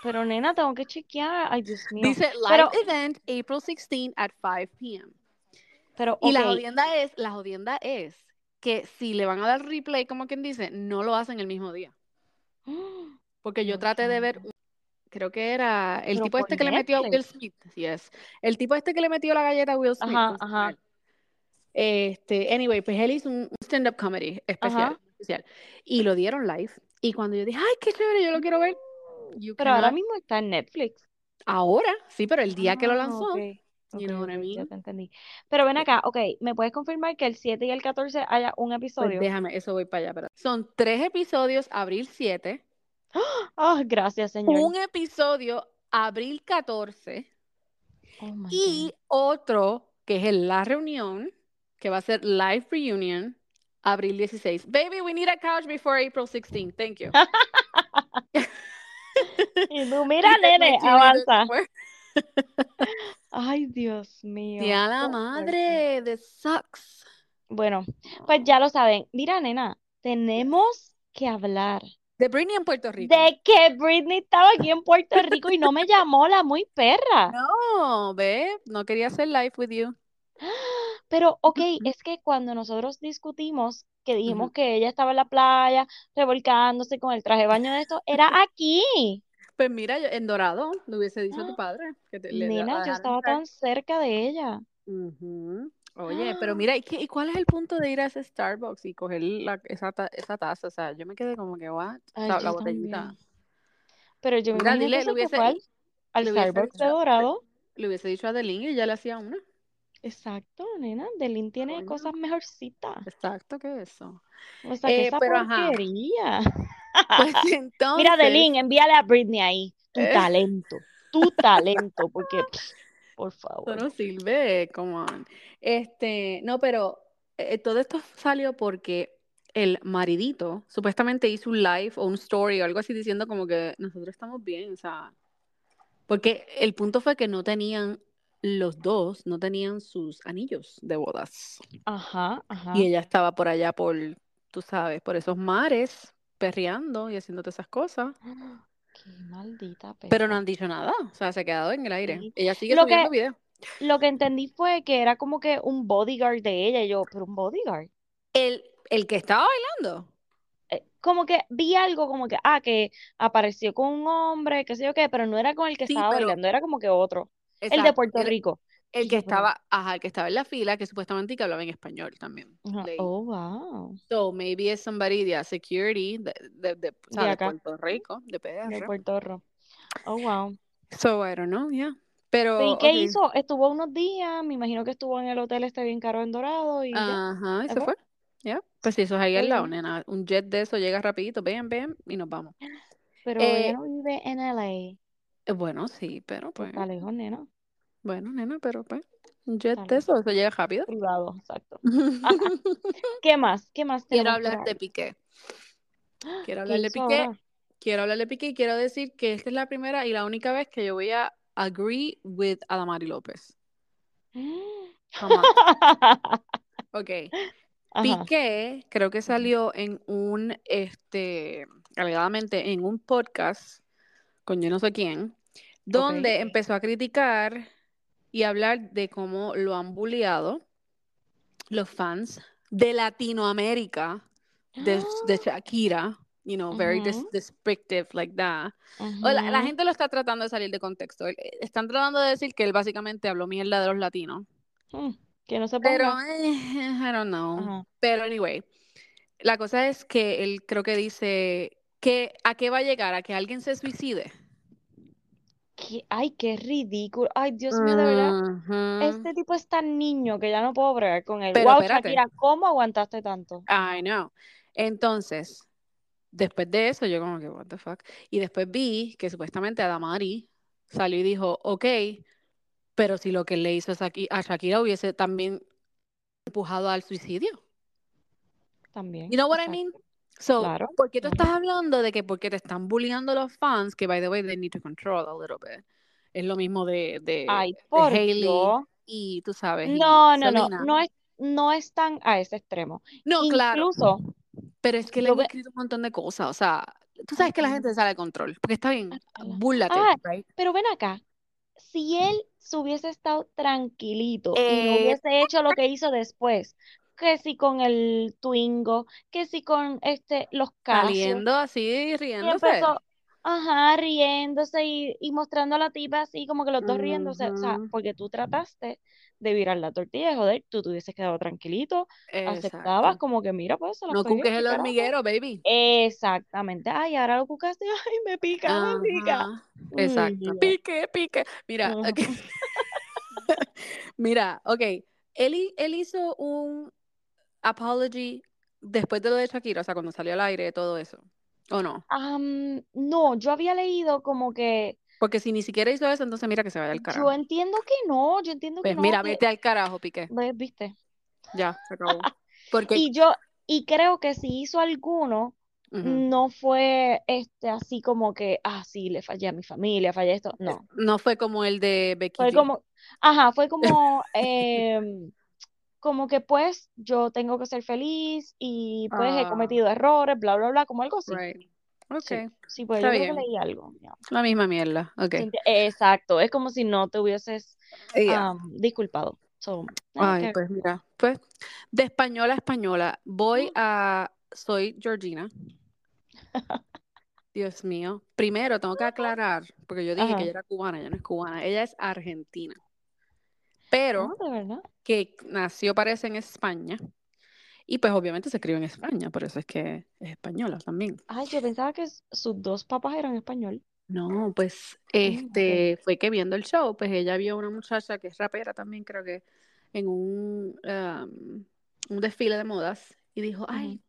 [SPEAKER 2] Pero nena, tengo que chequear. Ay, Dios mío.
[SPEAKER 1] Dice live
[SPEAKER 2] Pero,
[SPEAKER 1] event April 16 at 5 p.m.
[SPEAKER 2] pero,
[SPEAKER 1] Y la
[SPEAKER 2] ok,
[SPEAKER 1] jodienda es, la jodienda es que si le van a dar replay, como quien dice, no lo hacen el mismo día. Porque yo
[SPEAKER 2] Dios
[SPEAKER 1] traté de ver,
[SPEAKER 2] mío.
[SPEAKER 1] creo que era el
[SPEAKER 2] Pero
[SPEAKER 1] tipo
[SPEAKER 2] por
[SPEAKER 1] este que le metió a Will
[SPEAKER 2] Netflix.
[SPEAKER 1] Smith. Yes. El tipo este que le metió la galleta a Will Smith.
[SPEAKER 2] Ajá,
[SPEAKER 1] ¿cómo se llama
[SPEAKER 2] ajá,
[SPEAKER 1] él? Este, anyway, pues él hizo un, un stand-up comedy especial,
[SPEAKER 2] ajá.
[SPEAKER 1] especial. Y lo dieron live. Y cuando yo dije, ay, qué chévere, yo lo quiero ver. You
[SPEAKER 2] Pero ahora
[SPEAKER 1] cannot.
[SPEAKER 2] mismo está en Netflix.
[SPEAKER 1] Ahora, sí, pero el día que lo
[SPEAKER 2] Ah,
[SPEAKER 1] lanzó, pues
[SPEAKER 2] ok.
[SPEAKER 1] you
[SPEAKER 2] Ok,
[SPEAKER 1] know what I
[SPEAKER 2] ok, ya
[SPEAKER 1] mean?
[SPEAKER 2] te entendí. Pero ven
[SPEAKER 1] Yeah.
[SPEAKER 2] acá, ok, ¿me puedes confirmar que el 7 y el 14 haya un
[SPEAKER 1] Pues
[SPEAKER 2] episodio?
[SPEAKER 1] déjame, eso voy para allá. espérate. Son tres episodios, abril 7.
[SPEAKER 2] Ah, gracias, señor.
[SPEAKER 1] un episodio abril 14
[SPEAKER 2] Oh my God.
[SPEAKER 1] y otro que es en la reunión, que va a ser live reunion, abril 16. Baby, we need a couch before April 16. Thank you.
[SPEAKER 2] Y tú, mira,
[SPEAKER 1] We can
[SPEAKER 2] nene,
[SPEAKER 1] make you need it
[SPEAKER 2] avanza.
[SPEAKER 1] somewhere.
[SPEAKER 2] Ay, Dios mío,
[SPEAKER 1] Tía la
[SPEAKER 2] qué fuerte.
[SPEAKER 1] madre, this sucks.
[SPEAKER 2] Bueno, pues ya lo saben. Mira, nena, tenemos que hablar
[SPEAKER 1] De Britney en Puerto Rico.
[SPEAKER 2] de que Britney estaba aquí en Puerto Rico y no me llamó la muy perra.
[SPEAKER 1] No, ve, no quería hacer live with you.
[SPEAKER 2] Pero, ok,
[SPEAKER 1] Ujú,
[SPEAKER 2] es que cuando nosotros discutimos, que
[SPEAKER 1] ujú.
[SPEAKER 2] dijimos que ella estaba en la playa, revolcándose con el traje de baño de esto, era aquí.
[SPEAKER 1] Pues mira, yo- en Dorado le hubiese dicho a tu
[SPEAKER 2] ¡Ah!
[SPEAKER 1] padre que te- le la
[SPEAKER 2] Nena, yo
[SPEAKER 1] dejaran
[SPEAKER 2] estaba
[SPEAKER 1] entrar.
[SPEAKER 2] tan cerca de ella.
[SPEAKER 1] Ujú. Oye, pero
[SPEAKER 2] ¡Ah!
[SPEAKER 1] mira, ¿y, qué- y cuál es el punto de ir a ese Starbucks y coger la- esa, ta- esa taza? O sea, yo me quedé como que, what? O
[SPEAKER 2] Ay,
[SPEAKER 1] sea, la
[SPEAKER 2] yo
[SPEAKER 1] botellita.
[SPEAKER 2] también. Pero yo me
[SPEAKER 1] Mira,
[SPEAKER 2] imagino que
[SPEAKER 1] dile, le
[SPEAKER 2] se fue
[SPEAKER 1] hubiese,
[SPEAKER 2] fue al, al
[SPEAKER 1] le hubiese
[SPEAKER 2] Starbucks
[SPEAKER 1] dicho,
[SPEAKER 2] de Dorado.
[SPEAKER 1] le hubiese dicho a Delin y ya le hacía una.
[SPEAKER 2] Exacto, nena, Delin tiene
[SPEAKER 1] Coño,
[SPEAKER 2] cosas mejorcitas.
[SPEAKER 1] exacto, ¿qué es eso?
[SPEAKER 2] O sea, que
[SPEAKER 1] Eh,
[SPEAKER 2] esa
[SPEAKER 1] pero ajá,
[SPEAKER 2] porquería.
[SPEAKER 1] pues
[SPEAKER 2] Mira,
[SPEAKER 1] entonces,
[SPEAKER 2] Delin, envíale a Britney ahí tu
[SPEAKER 1] eh,
[SPEAKER 2] talento, tu talento, porque, pff, por
[SPEAKER 1] eso
[SPEAKER 2] favor.
[SPEAKER 1] no sirve, come on. Este, no, pero eh, todo esto salió porque el maridito supuestamente hizo un live o un story o algo así diciendo como que nosotros estamos bien, o sea. Porque el punto fue que no tenían, los dos no tenían sus anillos de bodas.
[SPEAKER 2] Ajá,
[SPEAKER 1] Y
[SPEAKER 2] ajá.
[SPEAKER 1] ella estaba por allá, por, tú sabes, por esos mares, perreando y haciéndote esas cosas.
[SPEAKER 2] ¡Ah! Qué maldita
[SPEAKER 1] Pero no
[SPEAKER 2] perra.
[SPEAKER 1] han dicho nada, o sea, se ha quedado en el aire.
[SPEAKER 2] Sí.
[SPEAKER 1] Ella sigue
[SPEAKER 2] Lo que,
[SPEAKER 1] subiendo videos.
[SPEAKER 2] lo que entendí fue que era como que un bodyguard de ella, y yo, pero un bodyguard.
[SPEAKER 1] El, el que estaba bailando.
[SPEAKER 2] Eh, Como que vi algo como que, ah, que apareció con un hombre, qué sé yo qué, pero no era con el que
[SPEAKER 1] Sí,
[SPEAKER 2] estaba
[SPEAKER 1] pero,
[SPEAKER 2] bailando, era como que otro. El de
[SPEAKER 1] exacto.
[SPEAKER 2] Puerto
[SPEAKER 1] era-
[SPEAKER 2] Rico.
[SPEAKER 1] El que
[SPEAKER 2] Yo creo-
[SPEAKER 1] estaba, ajá, el que estaba en la fila, que supuestamente que hablaba en español también.
[SPEAKER 2] Ajá.
[SPEAKER 1] leí.
[SPEAKER 2] Oh, wow.
[SPEAKER 1] So maybe it's somebody de a security de, de, de, o sea,
[SPEAKER 2] De
[SPEAKER 1] de
[SPEAKER 2] acá.
[SPEAKER 1] Puerto Rico, de
[SPEAKER 2] De
[SPEAKER 1] PR.
[SPEAKER 2] Puerto Rico. Oh, wow.
[SPEAKER 1] So I don't know, yeah. Pero,
[SPEAKER 2] ¿Y qué
[SPEAKER 1] ok.
[SPEAKER 2] hizo? Estuvo unos días, me imagino que estuvo en el hotel este bien caro en Dorado y ya.
[SPEAKER 1] Ajá, y
[SPEAKER 2] ¿se
[SPEAKER 1] se
[SPEAKER 2] fue?
[SPEAKER 1] fue. Ya, Pues si eso es ahí
[SPEAKER 2] Qué
[SPEAKER 1] al lado,
[SPEAKER 2] bien.
[SPEAKER 1] nena. Un jet de eso llega rapidito, ven, ven, y nos vamos.
[SPEAKER 2] Pero ella
[SPEAKER 1] Eh,
[SPEAKER 2] no vive en LA.
[SPEAKER 1] eh, bueno, sí, pero pues,
[SPEAKER 2] Está lejos, nena.
[SPEAKER 1] bueno, nena, pero pues, un jet
[SPEAKER 2] Está
[SPEAKER 1] de
[SPEAKER 2] lejos.
[SPEAKER 1] eso, eso llega rápido.
[SPEAKER 2] Privado, exacto. Ajá. ¿Qué más? ¿Qué más
[SPEAKER 1] Quiero
[SPEAKER 2] tenemos por
[SPEAKER 1] hablar de
[SPEAKER 2] ahí?
[SPEAKER 1] Piqué. Quiero
[SPEAKER 2] ¿Qué
[SPEAKER 1] hablar de
[SPEAKER 2] hizo
[SPEAKER 1] Piqué.
[SPEAKER 2] ahora?
[SPEAKER 1] Quiero hablar de Piqué y quiero decir que esta es la primera y la única vez que yo voy a agree with Adamari López. Jamás. Ok.
[SPEAKER 2] Ajá.
[SPEAKER 1] Piqué creo que salió en un, este, alegadamente en un podcast con yo no sé quién,
[SPEAKER 2] Ok.
[SPEAKER 1] donde empezó a criticar y hablar de cómo lo han bulleado los fans de Latinoamérica, de, de Shakira, you know, very dis-
[SPEAKER 2] Ujú,
[SPEAKER 1] despective like that. O la, la
[SPEAKER 2] ujú.
[SPEAKER 1] gente lo está tratando de salir de contexto. Él- Están tratando de decir que él básicamente habló mierda de los latinos.
[SPEAKER 2] Mm, Que no se
[SPEAKER 1] Pero,
[SPEAKER 2] ponga.
[SPEAKER 1] eh, I don't know.
[SPEAKER 2] Ajá.
[SPEAKER 1] Pero, anyway, la cosa es que él creo que dice que a qué va a llegar, a que alguien se suicide.
[SPEAKER 2] ¿Qué- Ay, qué ridículo. Ay, Dios mío, de verdad.
[SPEAKER 1] Ujú.
[SPEAKER 2] Este tipo es tan niño que ya no puedo bregar con él.
[SPEAKER 1] Mm. Pero
[SPEAKER 2] Wow,
[SPEAKER 1] espérate,
[SPEAKER 2] Shakira, ¿cómo aguantaste tanto?
[SPEAKER 1] I
[SPEAKER 2] Ajá.
[SPEAKER 1] know. Entonces, después de eso, yo como que, what the fuck. Y después vi que supuestamente Adamari salió y dijo, ok, pero si lo que le hizo a Shaki- a Shakira hubiese también empujado al suicidio. You
[SPEAKER 2] También,
[SPEAKER 1] know what I mean?
[SPEAKER 2] exacto.
[SPEAKER 1] So,
[SPEAKER 2] Claro,
[SPEAKER 1] ¿por qué tú estás
[SPEAKER 2] claro.
[SPEAKER 1] hablando de que porque te están bulleando los fans, que by the way, they need to control a little bit? Es lo mismo de, de,
[SPEAKER 2] Ay,
[SPEAKER 1] de
[SPEAKER 2] por
[SPEAKER 1] eh, Hailey pues,
[SPEAKER 2] Dios.
[SPEAKER 1] y tú sabes, y
[SPEAKER 2] No, no, no,
[SPEAKER 1] Selena.
[SPEAKER 2] no es, no es tan a ese extremo.
[SPEAKER 1] No, claro,
[SPEAKER 2] Incluso,
[SPEAKER 1] pero es que le
[SPEAKER 2] yo
[SPEAKER 1] han
[SPEAKER 2] ve,
[SPEAKER 1] escrito un montón de cosas. O sea, tú
[SPEAKER 2] ay,
[SPEAKER 1] sabes que la gente se sale de control, porque está bien,
[SPEAKER 2] Carla.
[SPEAKER 1] búrlate,
[SPEAKER 2] Ah,
[SPEAKER 1] right?
[SPEAKER 2] pero ven acá. Si él se hubiese estado tranquilito y no
[SPEAKER 1] Eh,
[SPEAKER 2] hubiese hecho lo que hizo después, que si con el Twingo, que si con este los Casios,
[SPEAKER 1] saliendo así,
[SPEAKER 2] y
[SPEAKER 1] riéndose.
[SPEAKER 2] empezó, ajá, riéndose y, y mostrando a la tipa así, como que los dos riéndose, o sea,
[SPEAKER 1] Ujú,
[SPEAKER 2] porque tú trataste de virar la tortilla, joder, tú te hubieses quedado tranquilito, aceptabas
[SPEAKER 1] Exacto.
[SPEAKER 2] como que mira, pues se las
[SPEAKER 1] No
[SPEAKER 2] cogió,
[SPEAKER 1] cuques
[SPEAKER 2] qué
[SPEAKER 1] el
[SPEAKER 2] carajo.
[SPEAKER 1] hormiguero, baby.
[SPEAKER 2] Exactamente, ay, ahora lo cucaste, ay, me pica, me pica.
[SPEAKER 1] Ajá, exacto.
[SPEAKER 2] Mm,
[SPEAKER 1] Pique, pique. Mira, ok.
[SPEAKER 2] ujú.
[SPEAKER 1] Mira, ok. Él, hi- él hizo un apology después de lo de Shakira, o sea, cuando salió al aire, todo eso. ¿O no?
[SPEAKER 2] Am, no, yo había leído como que
[SPEAKER 1] Porque si ni siquiera hizo eso, entonces mira que se vaya al
[SPEAKER 2] yo
[SPEAKER 1] carajo.
[SPEAKER 2] entiendo que no, yo entiendo que
[SPEAKER 1] Pues
[SPEAKER 2] no,
[SPEAKER 1] mira,
[SPEAKER 2] que
[SPEAKER 1] vete al carajo, Piqué.
[SPEAKER 2] ve, viste.
[SPEAKER 1] Ya, se acabó. Porque,
[SPEAKER 2] Y yo, y creo que si hizo alguno,
[SPEAKER 1] ujú,
[SPEAKER 2] no fue este así como que, ah, sí, le fallé a mi familia, fallé esto. No.
[SPEAKER 1] No fue como el de Becky
[SPEAKER 2] Fue
[SPEAKER 1] G.
[SPEAKER 2] como, ajá, fue como, em, como que pues yo tengo que ser feliz y pues he
[SPEAKER 1] Ah,
[SPEAKER 2] cometido errores, bla, bla, bla, como algo así.
[SPEAKER 1] right.
[SPEAKER 2] Sí,
[SPEAKER 1] Ok,
[SPEAKER 2] sí, pues
[SPEAKER 1] está
[SPEAKER 2] yo creo que
[SPEAKER 1] bien.
[SPEAKER 2] leí algo. ya.
[SPEAKER 1] La misma mierda. Ok.
[SPEAKER 2] Sentí- Exacto, es como si no te hubieses
[SPEAKER 1] Ya.
[SPEAKER 2] am, disculpado. So, nada
[SPEAKER 1] Ay,
[SPEAKER 2] que
[SPEAKER 1] pues mira, pues de española a española, voy a, soy Georgina, Dios mío. Primero tengo que aclarar, porque yo dije que
[SPEAKER 2] Ajá.
[SPEAKER 1] ella era cubana, ella no es cubana, ella es argentina, pero
[SPEAKER 2] Oh, de verdad.
[SPEAKER 1] que nació parece en España y pues obviamente se escribe en España, por eso es que es española también.
[SPEAKER 2] Ay, yo pensaba que s- sus dos papás eran español.
[SPEAKER 1] No, pues
[SPEAKER 2] Mm, ok.
[SPEAKER 1] este fue que viendo el show, pues ella vio a una muchacha que es rapera también, creo que en un, um, un desfile de modas y dijo,
[SPEAKER 2] Ujú.
[SPEAKER 1] ay,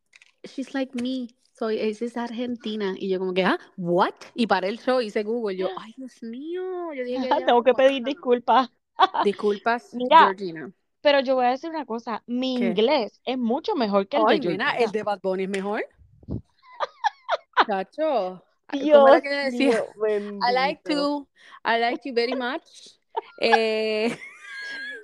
[SPEAKER 1] she's like me, soy, ella es argentina. Y yo como que, ah, what? Y paré el show, hice Google, yo, ay, Dios mío, yo dije que ella era
[SPEAKER 2] Ah, Tengo que pedir
[SPEAKER 1] cubana.
[SPEAKER 2] disculpas.
[SPEAKER 1] Disculpas,
[SPEAKER 2] Mira,
[SPEAKER 1] Georgina.
[SPEAKER 2] pero yo voy a decir una cosa, mi
[SPEAKER 1] ¿Qué?
[SPEAKER 2] inglés es mucho mejor que el de
[SPEAKER 1] Ay, nena, el
[SPEAKER 2] Georgina.
[SPEAKER 1] de Bad Bunny es mejor. Chacho, ay, ¿cómo era
[SPEAKER 2] Dios
[SPEAKER 1] que ella decía?
[SPEAKER 2] mío,
[SPEAKER 1] I like to,
[SPEAKER 2] bendito.
[SPEAKER 1] I like you very much. Eh,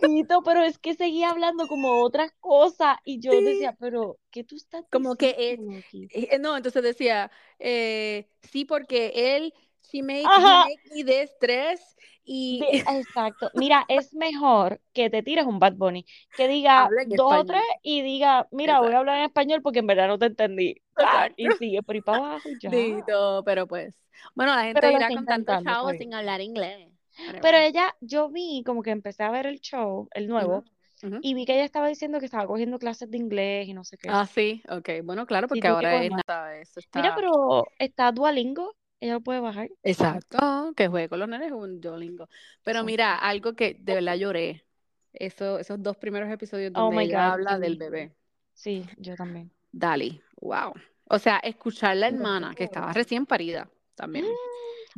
[SPEAKER 2] Tito, pero es que seguía hablando como otras cosas y yo
[SPEAKER 1] sí.
[SPEAKER 2] decía, pero, ¿qué tú estás
[SPEAKER 1] Como que él,
[SPEAKER 2] diciendo aquí?
[SPEAKER 1] eh, no, entonces decía, eh, sí, porque él, she make, he
[SPEAKER 2] Ajá.
[SPEAKER 1] make me this dress y
[SPEAKER 2] De, exacto. Mira, es mejor que te tires un Bad Bunny, que diga
[SPEAKER 1] habla en
[SPEAKER 2] ah, dos o tres
[SPEAKER 1] español.
[SPEAKER 2] y diga, mira, voy a
[SPEAKER 1] Exacto,
[SPEAKER 2] hablar en español porque en verdad no te entendí. ¡Tac!
[SPEAKER 1] exacto.
[SPEAKER 2] Y sigue por ahí para abajo y ya.
[SPEAKER 1] Dito, pero pues, bueno, la gente
[SPEAKER 2] Pero la
[SPEAKER 1] irá
[SPEAKER 2] está
[SPEAKER 1] con tanto
[SPEAKER 2] intentando, está
[SPEAKER 1] chavo
[SPEAKER 2] bien.
[SPEAKER 1] sin hablar inglés.
[SPEAKER 2] Pero ella, yo vi, como que empecé a ver el show, el nuevo,
[SPEAKER 1] Ujú.
[SPEAKER 2] y vi que ella estaba diciendo que estaba cogiendo clases de inglés y no sé qué.
[SPEAKER 1] Ah, sí, ok. Bueno, claro, porque
[SPEAKER 2] tú qué
[SPEAKER 1] ahora es
[SPEAKER 2] cosa.
[SPEAKER 1] nada, eso está.
[SPEAKER 2] Mira, pero está Duolingo, ella lo puede bajar.
[SPEAKER 1] Exacto, que juegue con los nenes es un Duolingo. Pero
[SPEAKER 2] Exacto.
[SPEAKER 1] mira, algo que de verdad lloré, eso, esos dos primeros episodios
[SPEAKER 2] Oh
[SPEAKER 1] donde
[SPEAKER 2] my
[SPEAKER 1] ella
[SPEAKER 2] God,
[SPEAKER 1] habla del
[SPEAKER 2] sí.
[SPEAKER 1] bebé.
[SPEAKER 2] Sí, yo también.
[SPEAKER 1] Dali, wow. O sea, escuchar la
[SPEAKER 2] Pero
[SPEAKER 1] hermana que estaba recién parida también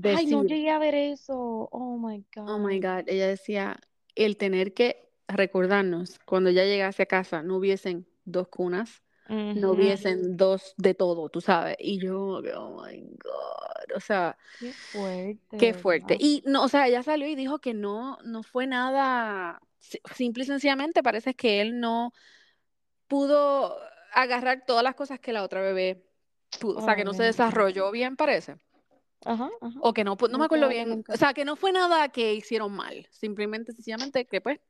[SPEAKER 2] Ay, no
[SPEAKER 1] decir,
[SPEAKER 2] llegué a ver eso. Oh my
[SPEAKER 1] oh my
[SPEAKER 2] God.
[SPEAKER 1] God, ella decía, el tener que recordarnos cuando ella llegase a casa no hubiesen dos cunas, no
[SPEAKER 2] Ujú.
[SPEAKER 1] hubiesen dos de todo, tú sabes. Y yo, oh my God, o sea.
[SPEAKER 2] Qué fuerte,
[SPEAKER 1] Qué
[SPEAKER 2] ¿verdad?
[SPEAKER 1] fuerte. Y no, o sea, ella salió y dijo que no, no fue nada, si- simple y sencillamente parece que él no pudo agarrar todas las cosas que la otra bebé pudo, o sea, que
[SPEAKER 2] Oh
[SPEAKER 1] no se
[SPEAKER 2] my God.
[SPEAKER 1] desarrolló bien, parece.
[SPEAKER 2] Ajá, ajá.
[SPEAKER 1] O que no, pu- no me
[SPEAKER 2] Muy
[SPEAKER 1] acuerdo bien,
[SPEAKER 2] probablemente.
[SPEAKER 1] o sea, que no fue nada que hicieron mal, simplemente, sencillamente que pues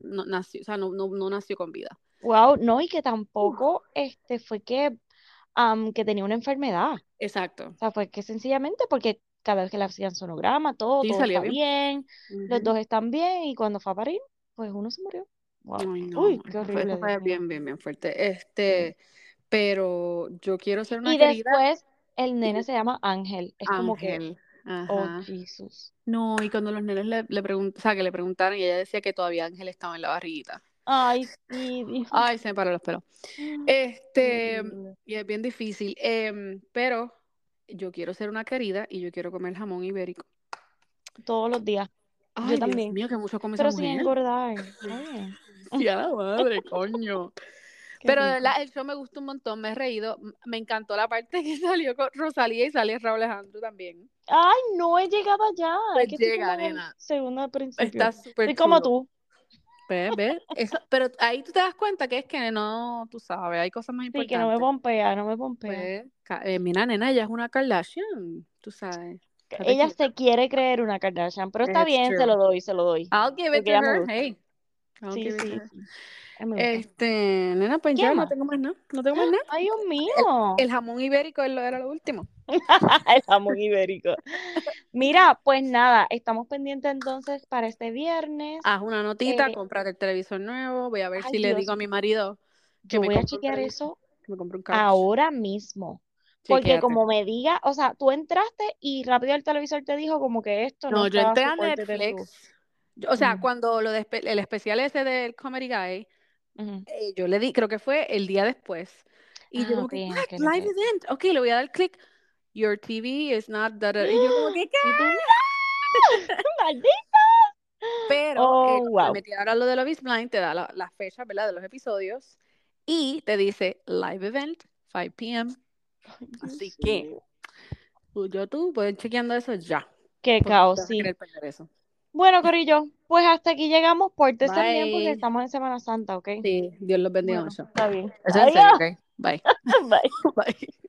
[SPEAKER 1] no nació, o sea, no, no, no nació con vida.
[SPEAKER 2] Wow, no, y que
[SPEAKER 1] Uf.
[SPEAKER 2] tampoco este fue que, am, que tenía una enfermedad. O
[SPEAKER 1] Exacto.
[SPEAKER 2] sea, fue que sencillamente porque cada vez que le hacían sonograma, todo,
[SPEAKER 1] Sí,
[SPEAKER 2] todo
[SPEAKER 1] salió
[SPEAKER 2] está
[SPEAKER 1] bien.
[SPEAKER 2] bien, los
[SPEAKER 1] Ujú.
[SPEAKER 2] dos están bien, y cuando fue a parir, pues uno se murió. Wow.
[SPEAKER 1] Ay, no,
[SPEAKER 2] Uy, qué
[SPEAKER 1] eso fue, eso
[SPEAKER 2] horrible, Dios
[SPEAKER 1] fue
[SPEAKER 2] mío.
[SPEAKER 1] bien, bien, bien fuerte.
[SPEAKER 2] Sí.
[SPEAKER 1] Este, pero yo quiero ser una
[SPEAKER 2] Y
[SPEAKER 1] querida.
[SPEAKER 2] después el
[SPEAKER 1] y
[SPEAKER 2] nene se llama Ángel. Es como que,
[SPEAKER 1] Ángel,
[SPEAKER 2] oh,
[SPEAKER 1] ajá.
[SPEAKER 2] Jesús.
[SPEAKER 1] No, y cuando los nenes le, le pregun- o sea, que le preguntaron y ella decía que todavía Ángel estaba en la barriguita.
[SPEAKER 2] Ay, sí, Dios mío.
[SPEAKER 1] Ay, se me pararon los pelos. Ah, Este,
[SPEAKER 2] Horrible.
[SPEAKER 1] y es bien difícil, em, pero yo quiero ser una querida y yo quiero comer jamón ibérico.
[SPEAKER 2] Todos los días. Yo
[SPEAKER 1] Ay, Dios
[SPEAKER 2] también.
[SPEAKER 1] mío, que mucho come esa
[SPEAKER 2] Pero sin
[SPEAKER 1] mujer.
[SPEAKER 2] engordar. Está bien.
[SPEAKER 1] Sí, a la madre, coño.
[SPEAKER 2] Qué
[SPEAKER 1] Pero de
[SPEAKER 2] rico.
[SPEAKER 1] verdad, el show me gustó un montón, me he reído. m- Me encantó la parte que salió con Rosalía y salió Raúl Alejandro también.
[SPEAKER 2] Ay, no he llegado allá. Es
[SPEAKER 1] Pues
[SPEAKER 2] que estoy como
[SPEAKER 1] llega,
[SPEAKER 2] en el
[SPEAKER 1] nena.
[SPEAKER 2] segundo al principio.
[SPEAKER 1] Está súper
[SPEAKER 2] Estoy como
[SPEAKER 1] chulo.
[SPEAKER 2] tú.
[SPEAKER 1] Ve, ve, eso, pero ahí tú te das cuenta que es que no, tú sabes, hay cosas más
[SPEAKER 2] Sí, que no me
[SPEAKER 1] importantes.
[SPEAKER 2] pompea, no me pompea.
[SPEAKER 1] Pues, ca- eh, mira, nena, ella es una Kardashian, tú sabes.
[SPEAKER 2] Que
[SPEAKER 1] Estate
[SPEAKER 2] Ella
[SPEAKER 1] quieta.
[SPEAKER 2] se quiere creer una Kardashian, pero está
[SPEAKER 1] It's
[SPEAKER 2] bien, se lo
[SPEAKER 1] true. Ah,
[SPEAKER 2] doy, se lo doy.
[SPEAKER 1] I'll give it
[SPEAKER 2] Porque
[SPEAKER 1] to
[SPEAKER 2] ella me
[SPEAKER 1] her.
[SPEAKER 2] gusta.
[SPEAKER 1] Hey, I'll
[SPEAKER 2] Sí,
[SPEAKER 1] give it to
[SPEAKER 2] sí,
[SPEAKER 1] her.
[SPEAKER 2] sí. Ella me gusta.
[SPEAKER 1] Este, nena, pues
[SPEAKER 2] ¿Qué
[SPEAKER 1] ya no
[SPEAKER 2] más? Ah.
[SPEAKER 1] tengo más nada, no tengo más nada.
[SPEAKER 2] Ay, Dios
[SPEAKER 1] El,
[SPEAKER 2] mío.
[SPEAKER 1] el jamón ibérico es lo- era lo último.
[SPEAKER 2] El jamón ibérico. Mira, pues nada, estamos pendientes entonces para este viernes.
[SPEAKER 1] Haz una notita,
[SPEAKER 2] Eh,
[SPEAKER 1] cómprate el televisor nuevo, voy a ver
[SPEAKER 2] ay,
[SPEAKER 1] si le digo
[SPEAKER 2] Dios,
[SPEAKER 1] a mi marido que
[SPEAKER 2] yo
[SPEAKER 1] me
[SPEAKER 2] voy a
[SPEAKER 1] compre un
[SPEAKER 2] chequear
[SPEAKER 1] televisor,
[SPEAKER 2] eso
[SPEAKER 1] que me compre un couch.
[SPEAKER 2] ahora mismo. Ah, Porque
[SPEAKER 1] Chequéate.
[SPEAKER 2] como me diga, o sea, tú entraste y rápido el televisor te dijo como que esto no
[SPEAKER 1] No, yo
[SPEAKER 2] estaba a
[SPEAKER 1] entré a
[SPEAKER 2] soporte de tu...
[SPEAKER 1] Netflix. Yo- o sea,
[SPEAKER 2] Mm,
[SPEAKER 1] cuando lo despe- el especial ese del Comedy Guy,
[SPEAKER 2] ujú.
[SPEAKER 1] eh, yo le di, creo que fue el día después. Y yo
[SPEAKER 2] Ah,
[SPEAKER 1] como
[SPEAKER 2] ok,
[SPEAKER 1] que,
[SPEAKER 2] ok,
[SPEAKER 1] what?
[SPEAKER 2] ok,
[SPEAKER 1] Live
[SPEAKER 2] ok.
[SPEAKER 1] event. Ok, le voy a dar clic. Your TV is not that. Y yo como que, ¿qué?
[SPEAKER 2] Y tú, ¡no! ¡Malditos!
[SPEAKER 1] Pero eh,
[SPEAKER 2] Oh,
[SPEAKER 1] cuando me
[SPEAKER 2] wow.
[SPEAKER 1] metí ahora lo de Love is Blind, te da la, las fechas, ¿verdad? De los episodios. Y te dice live event, 5 p.m.
[SPEAKER 2] Ay,
[SPEAKER 1] Así
[SPEAKER 2] Dios
[SPEAKER 1] que
[SPEAKER 2] mío.
[SPEAKER 1] tú, yo tú puedes ir chequeando eso Pues, ya.
[SPEAKER 2] Qué
[SPEAKER 1] Porque no
[SPEAKER 2] caos,
[SPEAKER 1] te vas a
[SPEAKER 2] sí.
[SPEAKER 1] querer perder eso.
[SPEAKER 2] Bueno, Corillo, pues hasta aquí llegamos. Pórtense bien porque
[SPEAKER 1] Bye.
[SPEAKER 2] estamos en Semana Santa, ¿ok?
[SPEAKER 1] Sí, Dios los bendiga
[SPEAKER 2] Bueno,
[SPEAKER 1] mucho.
[SPEAKER 2] está bien.
[SPEAKER 1] Eso es en serio,
[SPEAKER 2] Adiós.
[SPEAKER 1] ¿ok? Bye.
[SPEAKER 2] Bye.
[SPEAKER 1] Bye.